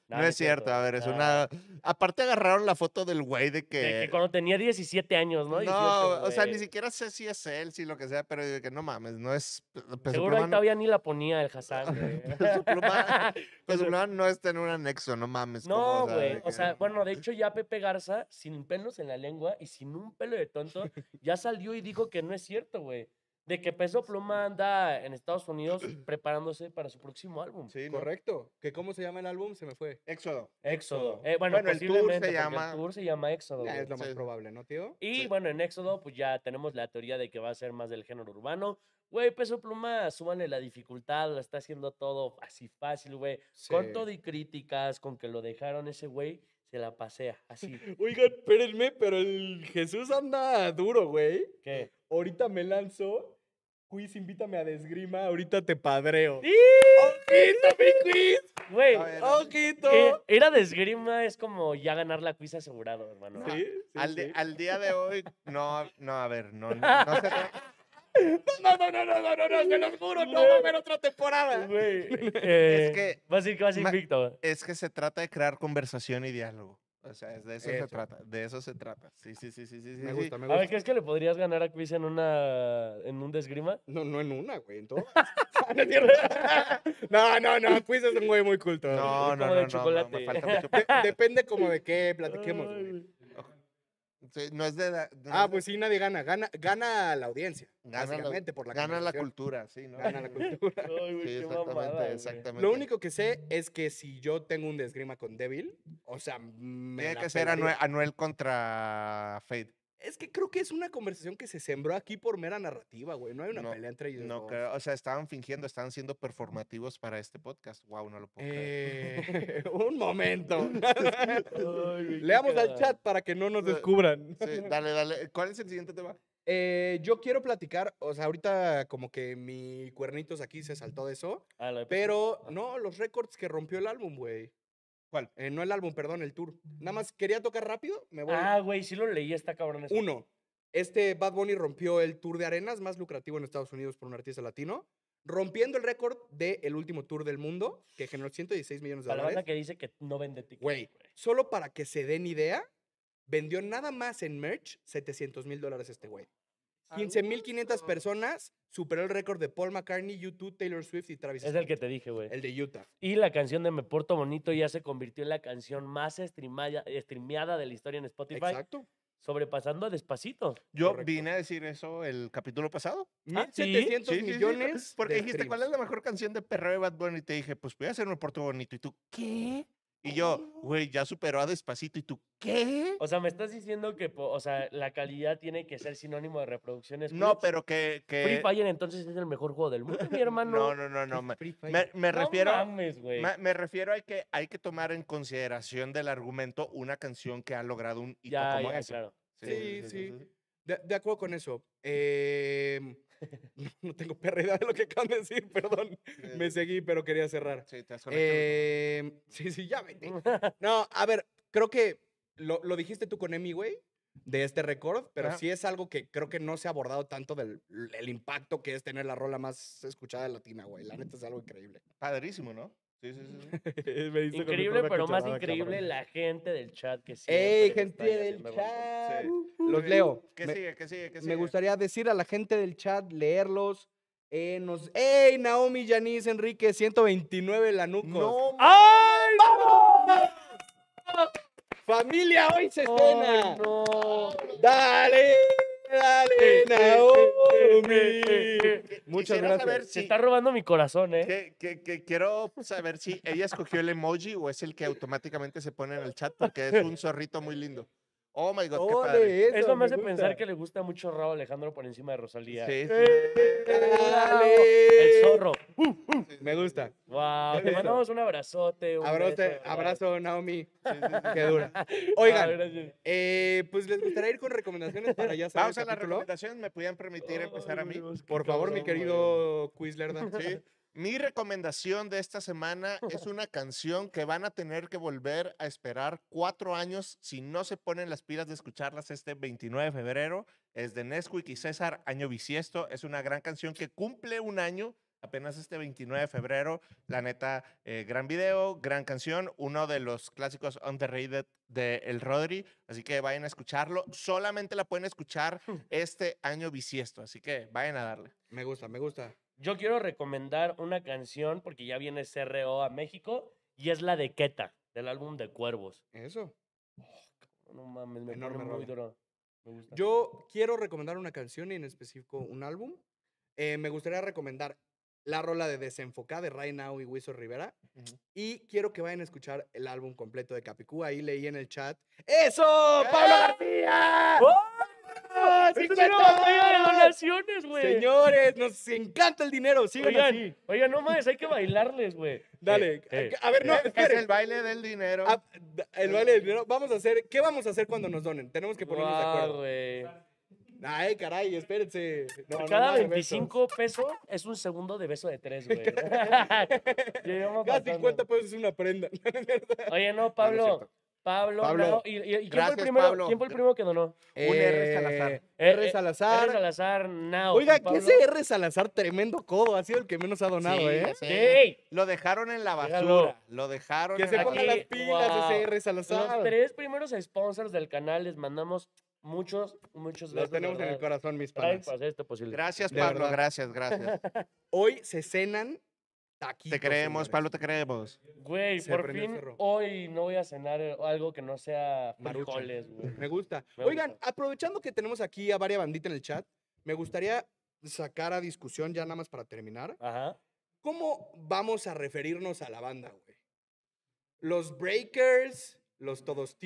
C: Nah,
A: no, es cierto, a
B: Ah.
A: ver, es
C: nah.
A: una. Aparte, agarraron la foto del güey de que.
C: Ah, De que cuando tenía 17 años, ¿no?
A: No,
C: 18,
A: o sea, ni
C: güey.
A: siquiera sé si es él, si lo que sea, pero de que no mames, no es. Pe- Peso
C: Seguro ahí
A: Pluma no-
C: todavía ni la ponía el Hassan, güey.
A: Peso Pluma- Peso Pluma no está en un anexo, no mames. ¿cómo?
C: No,
A: de
C: güey. O
A: que-
C: sea, bueno, de hecho ya Pepe Garza, sin pelos en la lengua y sin un pelo de tonto, ya salió y dijo que no es cierto, güey. De que Peso Pluma anda en Estados Unidos preparándose para su próximo álbum.
A: Sí, ¿no?
B: Correcto. ¿Que cómo se llama el álbum? Se me fue.
A: Éxodo.
C: Éxodo.
B: Éxodo.
C: Eh, bueno,
A: Bueno, el tour se
C: posiblemente, porque
A: llama-
C: El tour se llama Éxodo.
B: Ya,
C: güey.
B: es lo más
A: Sí.
B: probable, ¿no, tío?
C: Y
A: sí.
C: bueno, en Éxodo, pues ya tenemos la teoría de que va a ser más del género urbano. Güey, Peso Pluma, súbanle la dificultad, la está haciendo todo así fácil, güey. Con todo y críticas, con que lo dejaron ese güey, se la pasea, así.
B: Oigan, espérenme, pero el Jesús anda duro, güey.
C: ¿Qué?
B: Ahorita me lanzo. Quiz, invítame a desgrima. Ahorita te padreo.
C: ¡Y!
B: ¡Ojito, mi quiz!
C: Güey,
A: A ver,
B: ¡Ojito!
C: eh, ir a de esgrima es como ya ganar la quiz asegurado, hermano.
B: Sí, sí,
A: Al, de-
B: sí.
A: al día de hoy, no, no, a ver, no, no, no se tra-
B: No, no, no, no, no, no, no, se los juro, no
C: Güey.
B: va a haber otra temporada.
C: Güey,
A: Es
C: eh,
A: que-
C: Vas a ir que vas
A: ma-
C: invicto.
A: es que se trata de crear conversación y diálogo. O sea, es de eso
B: Eso.
A: se trata. De eso se trata. Sí, sí, sí, sí, sí. sí,
B: Me
A: sí.
B: gusta, me
C: A ver,
B: gusta.
C: ¿crees que le podrías ganar a Chris en una en un desgrima?
B: No, no en una, güey, en todas. Ah, No es cierto. no, no, no, Quiz es un güey muy culto.
A: No, no, no,
C: como de
A: no, no,
C: chocolate.
A: me falta mucho.
B: De- depende como de qué platiquemos,
C: Ay,
B: güey.
C: güey.
A: Sí, no es de edad. no es
B: Ah,
A: de-
B: pues sí, nadie gana. Gana, gana la audiencia,
A: Gana la-
B: básicamente, por la
A: Gana la
B: conversación.
A: cultura, sí, ¿no?
B: Gana la cultura.
C: Ay, güey,
A: Sí,
C: qué
A: exactamente,
C: mamada, güey.
A: exactamente.
B: Lo único que sé es que si yo tengo un desgrima con Devil, o sea, me
A: Tiene
B: la
A: que ser
B: pelaría.
A: Anuel, Anuel contra Fade.
B: Es que creo que es una conversación que se sembró aquí por mera narrativa, güey. No hay una
A: No,
B: pelea entre ellos.
A: No
B: dos.
A: creo, o sea, estaban fingiendo, estaban siendo performativos para este podcast. Wow, no lo puedo creer.
B: Eh, un momento.
C: Ay, güey, qué
B: Leamos al
C: cagado.
B: chat para que no nos descubran.
A: Sí, dale, dale. ¿Cuál es el siguiente tema?
B: Eh, yo quiero platicar, o sea, ahorita como que mi cuernitos aquí se saltó de eso,
C: Ah, la de
B: pero
C: Ajá.
B: no, los récords que rompió el álbum, güey.
A: ¿Cuál?
B: Eh, no el álbum, perdón, el tour. Nada más quería tocar rápido, me voy.
C: Ah, güey, sí lo leí, está cabrón eso.
B: Uno, este Bad Bunny rompió el tour de arenas más lucrativo en Estados Unidos por un artista latino, rompiendo el récord del último tour del mundo, que generó 116 millones de
C: Para la banda
B: dólares.
C: que dice que no vende tickets.
B: Güey, solo para que se den idea, vendió nada más en merch 700 mil dólares este güey. 15.500 personas superó el récord de Paul McCartney, YouTube, Taylor Swift y Travis
C: Es el
B: Scott,
C: que te dije, güey.
B: El de Utah.
C: Y la canción de Me Porto Bonito ya se convirtió en la canción más streamada, streameada de la historia en Spotify,
A: Ah,
B: Exacto.
C: sobrepasando a Despacito.
A: Yo
B: Correcto.
A: vine a decir eso el capítulo pasado.
B: 1.700
A: Sí, sí, sí,
B: millones.
A: Porque
B: de
A: dijiste, ¿cuál es
B: streams.
A: la mejor canción de perreo de Bad Bunny? Y te dije, pues voy a hacer un porto bonito. Y tú, ¿qué? Y yo, güey, ya superó a Despacito. Y tú, ¿qué?
C: O sea, me estás diciendo que po- o sea, la calidad tiene que ser sinónimo de reproducciones.
A: No,
C: Clips.
A: pero que... que-
C: Free Fire entonces es el mejor juego del mundo, mi hermano.
A: No, no, no, no. Me,
B: Free Fire.
A: me- me
C: No
A: refiero...
C: mames, güey.
A: ma- me refiero a que hay que tomar en consideración del argumento una canción que ha logrado un hito
C: Ya,
A: como
C: ya,
A: ese.
C: claro.
B: Sí, sí. De, de acuerdo con eso. Em, no, no tengo perra idea de lo que acaban de decir, perdón. Me seguí, pero quería cerrar.
A: Sí, te has conectado.
B: Em, sí, sí, ya vete. No, a ver, creo que lo, lo dijiste tú con Emi, güey, de este récord, pero
A: Ajá.
B: sí es algo que creo que no se ha abordado tanto del el impacto que es tener la rola más escuchada de latina, güey. La neta es algo increíble.
A: Padrísimo, ¿no? Sí, sí, sí. sí.
C: Increíble, pero más increíble la gente del chat que sí.
B: ¡Ey, gente del chat! Los leo.
A: ¿Qué
B: Me-
A: sigue? ¿Qué sigue? ¿Qué sigue?
B: Me gustaría decir a la gente del chat, leerlos. Eh, nos... ¡Ey, Naomi, Yanis, Enrique, 129 lanucos!
A: No,
B: Ah,
C: ¡Ay,
B: ¡Familia, hoy se
A: Oh,
C: no!
B: cena!
C: ¡Ay, no!
B: ¡Dale!
A: Eh,
B: ¡Dale, Naomi! Muchas
A: Quisiera
B: gracias.
A: saber
C: Se
A: si-
C: está robando mi corazón, ¿eh?
A: que, que- que quiero saber si ella escogió el emoji o es el que automáticamente se pone en el chat porque es un zorrito muy lindo. Oh my god, qué padre.
B: Ole,
C: Eso me hace
B: gusta.
C: pensar que le gusta mucho Raúl Alejandro por encima de Rosalía.
A: Sí,
B: Eh,
A: sí,
B: Dale.
C: El zorro.
B: Me gusta.
C: Wow, te
B: Eso.
C: mandamos un abrazote. Un
B: Abrazo,
C: beso,
B: abrazo Naomi.
A: sí, sí, sí.
B: Qué dura.
C: Ah,
B: Oigan,
C: gracias.
B: eh, pues les gustaría ir con recomendaciones para ya saber
A: Vamos
B: el
A: a la
B: capítulo. Oh,
A: recomendación. ¿Me podían permitir empezar a
C: Ay,
A: mí?
C: Dios, qué
B: Por favor, mi
C: cabrón, güey.
B: querido Quizlerda.
A: Sí. Mi recomendación de esta semana es una canción que van a tener que volver a esperar cuatro años si no se ponen las pilas de escucharlas este 29 de febrero. Es de Nesquik y César, año bisiesto. Es una gran canción que cumple un año apenas este 29 de febrero. La neta, eh, gran video, gran canción, uno de los clásicos underrated de El Rodri. Así que vayan a escucharlo. Solamente la pueden escuchar este año bisiesto. Así que vayan a darle.
B: Me gusta, me gusta.
C: Yo quiero recomendar una canción porque ya viene CRO a México y es la de Keta, del álbum de Cuervos.
B: Eso.
C: No mames, me
B: Enorme
C: pone muy
B: rola.
C: duro. Me gusta.
B: Yo quiero recomendar una canción y en específico un álbum. Eh, me gustaría recomendar la rola de Desenfocá de Right Now y Wiso Rivera.
A: Ujú.
B: Y quiero que vayan a escuchar el álbum completo de Capicú. Ahí leí en el chat. ¡Eso!
C: ¡Eh!
B: ¡Pablo García!
C: ¡Oh!
B: ¡Ah,
C: ¡Es una
B: 50
C: batalla de
B: varos!
C: donaciones, güey!
B: Señores, nos encanta el dinero. Sigan así.
C: Oigan, oigan, no mames, hay que bailarles, güey.
B: Dale.
C: eh,
B: a ver, no,
A: Es- es
B: esperen.
A: el baile del dinero.
B: Ah, da- el baile del dinero. Vamos a hacer. ¿Qué vamos a hacer cuando nos donen? Tenemos que ponernos de
C: Guau,
B: acuerdo.
C: güey.
B: Ay, caray, espérense. No, no,
C: Cada
B: no, Alberto.
C: 25 pesos es un segundo de beso de tres, güey. Ya llevamos
B: Cada
C: bastante.
B: 50 pesos es una prenda.
C: Oye, no, Pablo,
B: cierto.
C: Pablo,
B: Pablo,
C: no, y, y- y ¿quién, fue
A: gracias,
C: el primero,
A: Pablo.
C: ¿quién fue el primero que donó?
A: Un R Salazar.
B: Eh,
C: Eh,
B: R
C: eh,
B: Salazar.
C: R. Salazar, Nao.
B: Oiga,
C: y
B: que
C: Pablo-
B: ese R Salazar, tremendo codo, ha sido el que menos ha donado,
A: Sí,
B: ¿eh?
A: ya sé.
C: ¡Ey!
A: Lo dejaron en la basura.
C: Déjalo.
A: Lo dejaron
B: Que
A: en
B: se
A: la
B: ponga
A: basura.
C: Aquí,
B: las pilas
C: wow.
B: ese R
C: Los
B: Salazar.
C: tres primeros sponsors del canal les mandamos muchos, muchos
B: Los
C: besos.
B: tenemos en el corazón, mis
C: Gracias
B: panas.
C: por hacer esto posible.
A: Gracias,
B: De
A: Pablo.
B: verdad.
A: Gracias, gracias.
B: Hoy se cenan taquitos.
A: Te queremos,
B: señores.
A: Pablo, te queremos.
C: Güey,
B: Se
C: por
B: prendió el
C: fin
B: cerro.
C: hoy no voy a cenar eh, algo que no sea
B: Maruchan.
C: frijoles, güey.
B: Me gusta.
C: Me
B: Oigan,
C: gusta.
B: aprovechando que tenemos aquí a varias bandita en el chat, me gustaría sacar a discusión ya nada más para terminar.
C: Ajá.
B: ¿Cómo vamos a referirnos a la banda, güey? Los breakers, los todos
C: Eh, oh,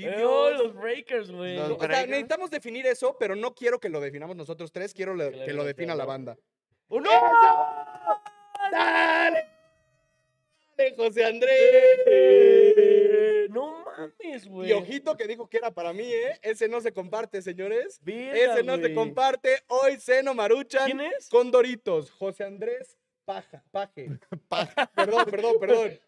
B: tibios.
C: los breakers, güey.
A: Los
B: No, o sea,
A: breakers.
B: necesitamos definir eso, pero no quiero que lo definamos nosotros tres, quiero lo-
C: Que le
B: que lo
C: digas,
B: defina la
C: ¿no?
B: banda.
C: ¡Uno!
B: ¡Dale! ¡Dale, José Andrés!
C: No mames, güey.
B: Y ojito que dijo que era para mí, ¿eh? Ese no se comparte, señores.
C: Verga,
B: Ese no se
C: güey.
B: comparte. Hoy seno maruchan
C: ¿Quién es?
B: con Doritos. José Andrés Paja, Paje. Perdón, perdón, perdón.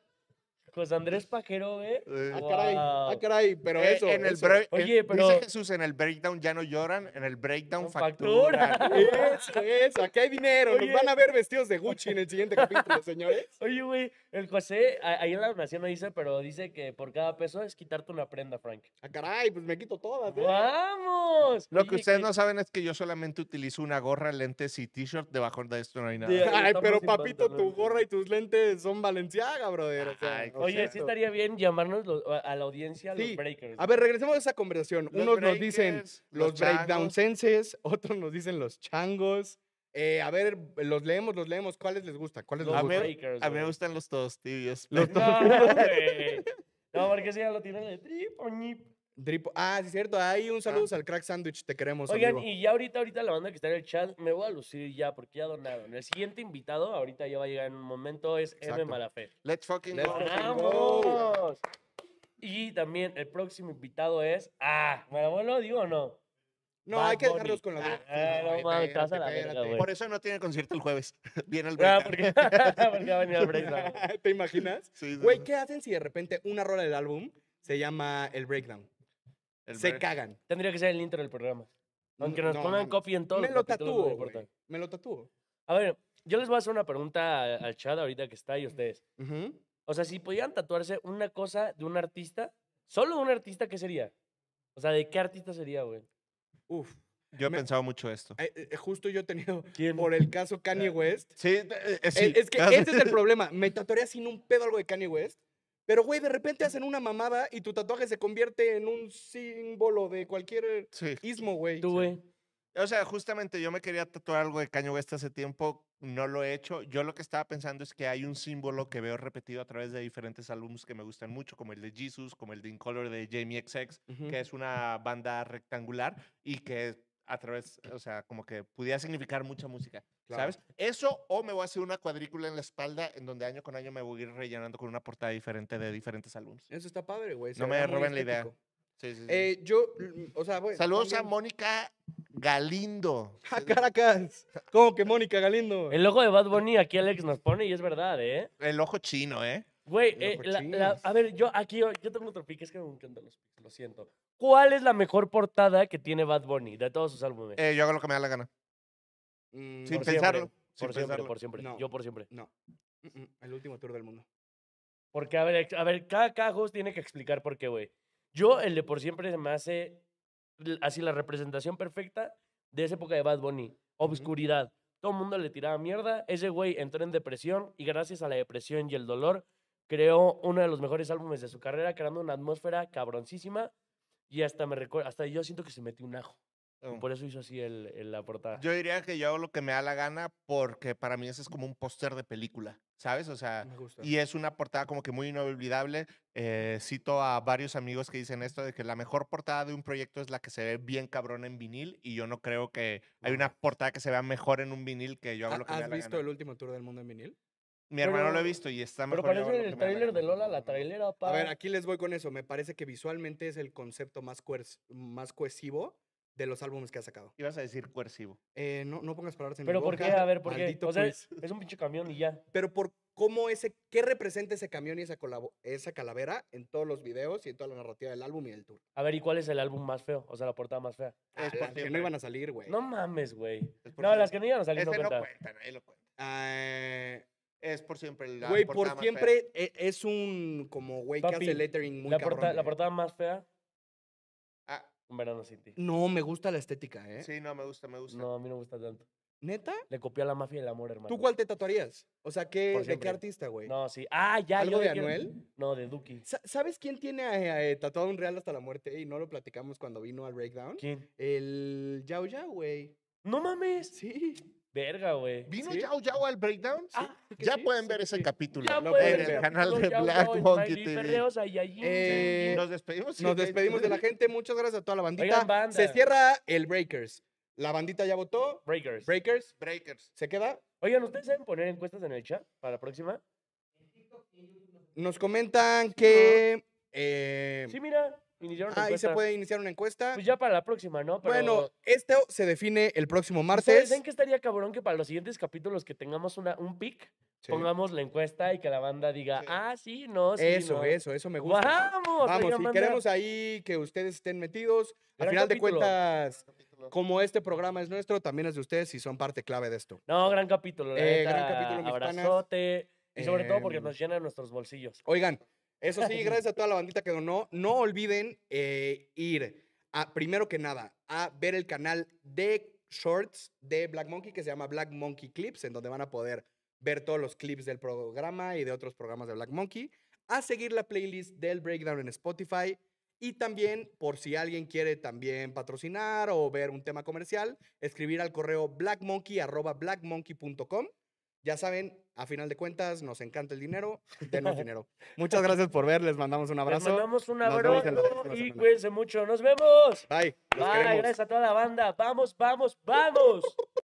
C: José Andrés Pajero, güey.
A: Eh,
B: Ah, caray, ah,
C: Wow.
B: caray, pero
A: Eh,
B: eso.
A: en el
B: eso.
A: break-
C: Oye,
A: eh,
C: pero-
A: Dice Jesús, en el breakdown ya no lloran, en el breakdown
C: Con
A: factura.
B: Eso, eso. Aquí hay dinero.
C: Oye.
B: Nos van a ver vestidos de Gucci en el siguiente capítulo, señores.
C: Oye, güey, el José, a- ahí en la donación no dice, pero dice que por cada peso es quitarte una prenda, Frank.
B: Ah, caray, pues me quito todas, ¿eh?
C: ¡Vamos!
A: Lo que
C: Oye,
A: ustedes no saben es que yo solamente utilizo una gorra, lentes y t-shirt. Debajo de esto no hay nada.
C: De- Ya, ya
B: Ay,
C: estamos
B: pero
C: sin
B: papito, tu
C: pantalones.
B: gorra y tus lentes son Valenciaga, brother. o sea,
A: Ay,
B: o
C: Oye,
B: sea,
C: sí estaría bien llamarnos los- a- a la audiencia
B: Sí.
C: los breakers.
B: A ver, regresemos a esa conversación.
A: Los
B: Unos nos dicen
A: breakers,
B: los,
A: changos.
B: breakdowncenses, otros nos dicen los changos. Eh, a ver, los leemos, los leemos. ¿Cuáles les gusta? ¿Cuáles
C: los
B: les
A: a
B: gusta?
A: ver,
C: breakers.
A: A mí me
C: güey.
A: gustan los todos tibios.
B: Los to-
C: No, güey. No, porque si ya lo tienen de trip o ñip.
B: Dripo- Ah, sí, es cierto. Ahí un saludo al crack sandwich. Te queremos,
C: Oigan,
B: amigo.
C: y ya ahorita, ahorita la banda que está en el chat, me voy a lucir ya porque ya donaron. El siguiente invitado, ahorita ya va a llegar en un momento, es M.
B: Exacto.
C: Malafe.
A: Let's fucking
B: Let's
A: go.
B: fucking go.
C: ¡Vamos! Y también el próximo invitado es. Ah, ¿me la vuelvo, digo o no?
B: No,
C: Bad
B: hay que
C: Bunny.
B: dejarlos con la duda.
C: Ah, no, mames, te vas a la verga,
B: espérate.
C: güey.
A: Por eso no tiene concierto el jueves. Viene el
C: Ah,
A: breakdown.
C: porque, porque va a venir al breakdown.
B: ¿Te imaginas?
A: Sí, sí,
B: Güey,
A: sí.
B: ¿qué hacen si de repente una rola del álbum se llama El Breakdown?
A: El
B: se
A: break-
B: cagan.
C: Tendría que ser el intro del programa. Aunque nos
B: No,
C: pongan
B: mames.
C: copy en todo.
B: Me lo tatúo. güey.
C: importa.
B: Me lo tatúo.
C: A ver, yo les voy a hacer una pregunta a- al chat ahorita que está ahí ustedes.
B: Ujú.
C: O sea, si pudieran tatuarse una cosa de un artista, solo de un artista, ¿qué sería? O sea, ¿de qué artista sería, güey?
B: Uf.
A: Yo he
B: Me-
A: pensado mucho esto.
B: Eh, eh, justo yo he tenido
C: ¿Quién?
B: por el caso Kanye West.
A: Sí, eh, eh, sí.
B: Eh, Es que ese es el problema. Me tatuaría sin un pedo algo de Kanye West. Pero, güey, de repente hacen una mamada y tu tatuaje se convierte en un símbolo de cualquier
A: Sí.
B: ismo, güey.
C: Tú, güey.
A: O sea, justamente yo me quería tatuar algo de Caño West hace tiempo, no lo he hecho. Yo lo que estaba pensando es que hay un símbolo que veo repetido a través de diferentes álbumes que me gustan mucho, como el de Jesus, como el de In Color de Jamie XX,
B: Ujú.
A: que es una banda rectangular y que a través, o sea, como que pudiera significar mucha música,
B: Claro.
A: ¿sabes? Eso o me voy a hacer una cuadrícula en la espalda en donde año con año me voy a ir rellenando con una portada diferente de diferentes álbumes.
B: Eso está padre, güey. se
A: No me
B: verá muy
A: roben la idea.
B: estético.
A: Sí, sí, sí.
B: Eh, yo, mm, o sea, güey.
C: Pues,
A: Saludos a
B: también-
A: Mónica Galindo.
B: ¡Ah, Caracas! ¿Cómo que Mónica Galindo?
C: El logo de Bad Bunny aquí Alex nos pone y es verdad, ¿eh?
A: El ojo chino, ¿eh?
C: Güey,
B: Los
C: eh, la- la-
B: cochinos.
C: a ver, yo aquí, yo, yo tengo otro pique, es que me encantan los piques, lo siento. ¿Cuál es la mejor portada que tiene Bad Bunny de todos sus álbumes?
A: Eh, yo hago lo que me da la gana.
B: Mm,
A: Sin
C: por
B: no,
A: pensarlo.
C: siempre,
A: sin
C: por siempre,
A: pensarlo.
C: por siempre.
B: No.
C: Yo por siempre.
B: No. Mm, mm, El último tour del mundo.
C: Porque, a ver, ex- a ver, cada, cada host tiene que explicar por qué, güey. Yo, el de por siempre se me hace l- así la representación perfecta de esa época de Bad Bunny. Obscuridad. Todo el mundo le tiraba mierda. Ese güey entró en depresión y gracias a la depresión y el dolor creó uno de los mejores álbumes de su carrera, creando una atmósfera cabroncísima. Y hasta me recuerda, hasta yo siento que se metió un ajo. y
B: Oh.
A: Mm.
C: Por eso hizo así el, el- la portada.
A: Yo diría que yo hago lo que me da la gana porque para mí ese es como un póster de película, ¿sabes? O sea,
C: Mm,
B: Me gusta.
A: y es una portada como que muy inolvidable. Eh, cito a varios amigos que dicen esto de que la mejor portada de un proyecto es la que se ve bien cabrón en vinil y yo no creo que hay una portada que se vea mejor en un vinil que yo hago
C: Ah,
B: ¿Ha-
A: lo que me da
B: ¿Has
A: la
B: visto
A: gana.
B: el último tour del mundo en vinil?
A: Mi hermano lo
C: Pero-
A: ha visto y está
C: Pero
A: mejor. yo hago lo
C: parece
A: que
C: el
A: me da la
C: tráiler de
A: gana.
C: Lola, la trailera, pa.
B: A ver, aquí les voy con eso. Me parece que visualmente es el concepto más, coers- más cohesivo de los álbumes que ha sacado.
A: Ibas a decir coercivo.
B: Eh, no, no pongas palabras en mi
C: ¿Pero
B: boca.
C: por qué? A ver, ¿por qué?
B: maldito
C: O sea,
B: quiz.
C: es un pinche camión y ya.
B: Pero por cómo ese, qué representa ese camión y esa, colabo- esa calavera en todos los videos y en toda la narrativa del álbum y del tour.
C: A ver, ¿y cuál es el álbum más feo? O sea, la portada más fea.
B: Ah,
A: Es por
B: las que no
A: siempre.
B: iban a salir, güey.
C: No mames, güey.
A: Es por
C: No, las que
A: siempre.
C: no iban a salir no
A: Ese no
C: cuentan.
A: cuenta, nadie lo cuenta.
B: Ah,
A: Es por siempre la
B: Güey,
A: portada
B: por
A: más fea.
B: siempre e- es un como, güey, que hace
C: Papi,
B: lettering muy
C: La,
B: cabrón. eh.
C: porta- la
B: güey.
C: portada más fea,
A: Ah,
C: Un verano sin ti.
B: No, me gusta la estética, ¿eh?
A: sí, no, me gusta, me gusta.
C: No, a mí no me gusta tanto.
B: ¿Neta?
C: Le copió a la mafia el amor, hermano.
B: ¿Tú cuál te tatuarías? O sea, ¿qué,
C: Por
B: ¿de qué
C: siempre.
B: artista, güey?
C: No, sí. Ah, ya.
B: ¿Algo
C: yo
B: de
C: quién-
B: Anuel?
C: No, de Duki.
B: Sa- ¿Sabes quién tiene eh, eh, tatuado un real hasta la muerte? Y no lo platicamos cuando vino al breakdown.
C: ¿Quién?
B: El Yao Yao, güey.
C: No mames.
B: Sí.
C: Verga, güey.
A: ¿Vino
B: ¿Sí?
A: Yao Yao al breakdown?
B: Ah, que
A: ya
B: sí,
A: pueden
B: sí
A: ver
B: que
A: ese
B: sí.
A: capítulo
C: Ya
B: lo
C: pueden
A: en
B: ver.
A: el canal de
C: Los
A: Black
C: Yauyos,
A: Monkey
C: Miley
A: TV.
C: Perreos, Ayayín.
B: Eh,
A: Nos despedimos.
B: Nos despedimos de la gente. Muchas gracias a toda la bandita.
C: Oigan, banda.
B: Se cierra el Breakers. La bandita ya votó.
C: Breakers.
B: Breakers.
A: Breakers.
B: ¿Se queda?
C: Oigan, ¿ustedes saben poner encuestas en el chat para la próxima?
B: Nos comentan que. eh,
C: Sí, mira. Iniciaron
B: Ah, ahí se
C: encuesta.
B: puede iniciar una encuesta.
C: Pues ya para la próxima, ¿no? Pero,
B: Bueno, esto se define el próximo
C: ¿ustedes
B: martes.
C: ¿Saben que estaría cabrón que para los siguientes capítulos que tengamos una, un pick,
B: Sí.
C: pongamos la encuesta y que la banda diga,
A: Sí.
C: ah, sí, no, sí,
B: Eso,
C: no.
B: eso, eso me gusta.
C: ¡Vamos!
B: Vamos,
C: oigan,
B: y
C: banda.
B: queremos ahí que ustedes estén metidos. Al
C: Gran
B: final de
C: capítulo.
B: cuentas,
A: Capítulo.
B: como este programa es nuestro, también es de ustedes y son parte clave de esto.
C: No, gran capítulo, la
B: Eh, gran
C: neta,
B: capítulo, mis panas.
C: Abrazote. Y sobre todo porque
B: Em,
C: nos llenan nuestros bolsillos.
B: Oigan, eso sí, gracias a toda la bandita que donó. No olviden eh, ir, a, primero que nada, a ver el canal de shorts de Black Monkey que se llama Black Monkey Clips, en donde van a poder ver todos los clips del programa y de otros programas de Black Monkey. A seguir la playlist del Breakdown en Spotify. Y también, por si alguien quiere también patrocinar o ver un tema comercial, escribir al correo blackmonkey.blackmonkey.com. Ya saben, a final de cuentas, nos encanta el dinero, denos dinero. Muchas gracias por ver, les mandamos un
C: Les
B: abrazo.
C: mandamos un
B: Nos vemos en la
C: abrazo
B: próxima
C: y
B: semana.
C: cuídense mucho. ¡Nos vemos!
B: Bye, los
C: Bye,
B: queremos.
C: gracias a toda la banda. ¡Vamos, vamos, vamos!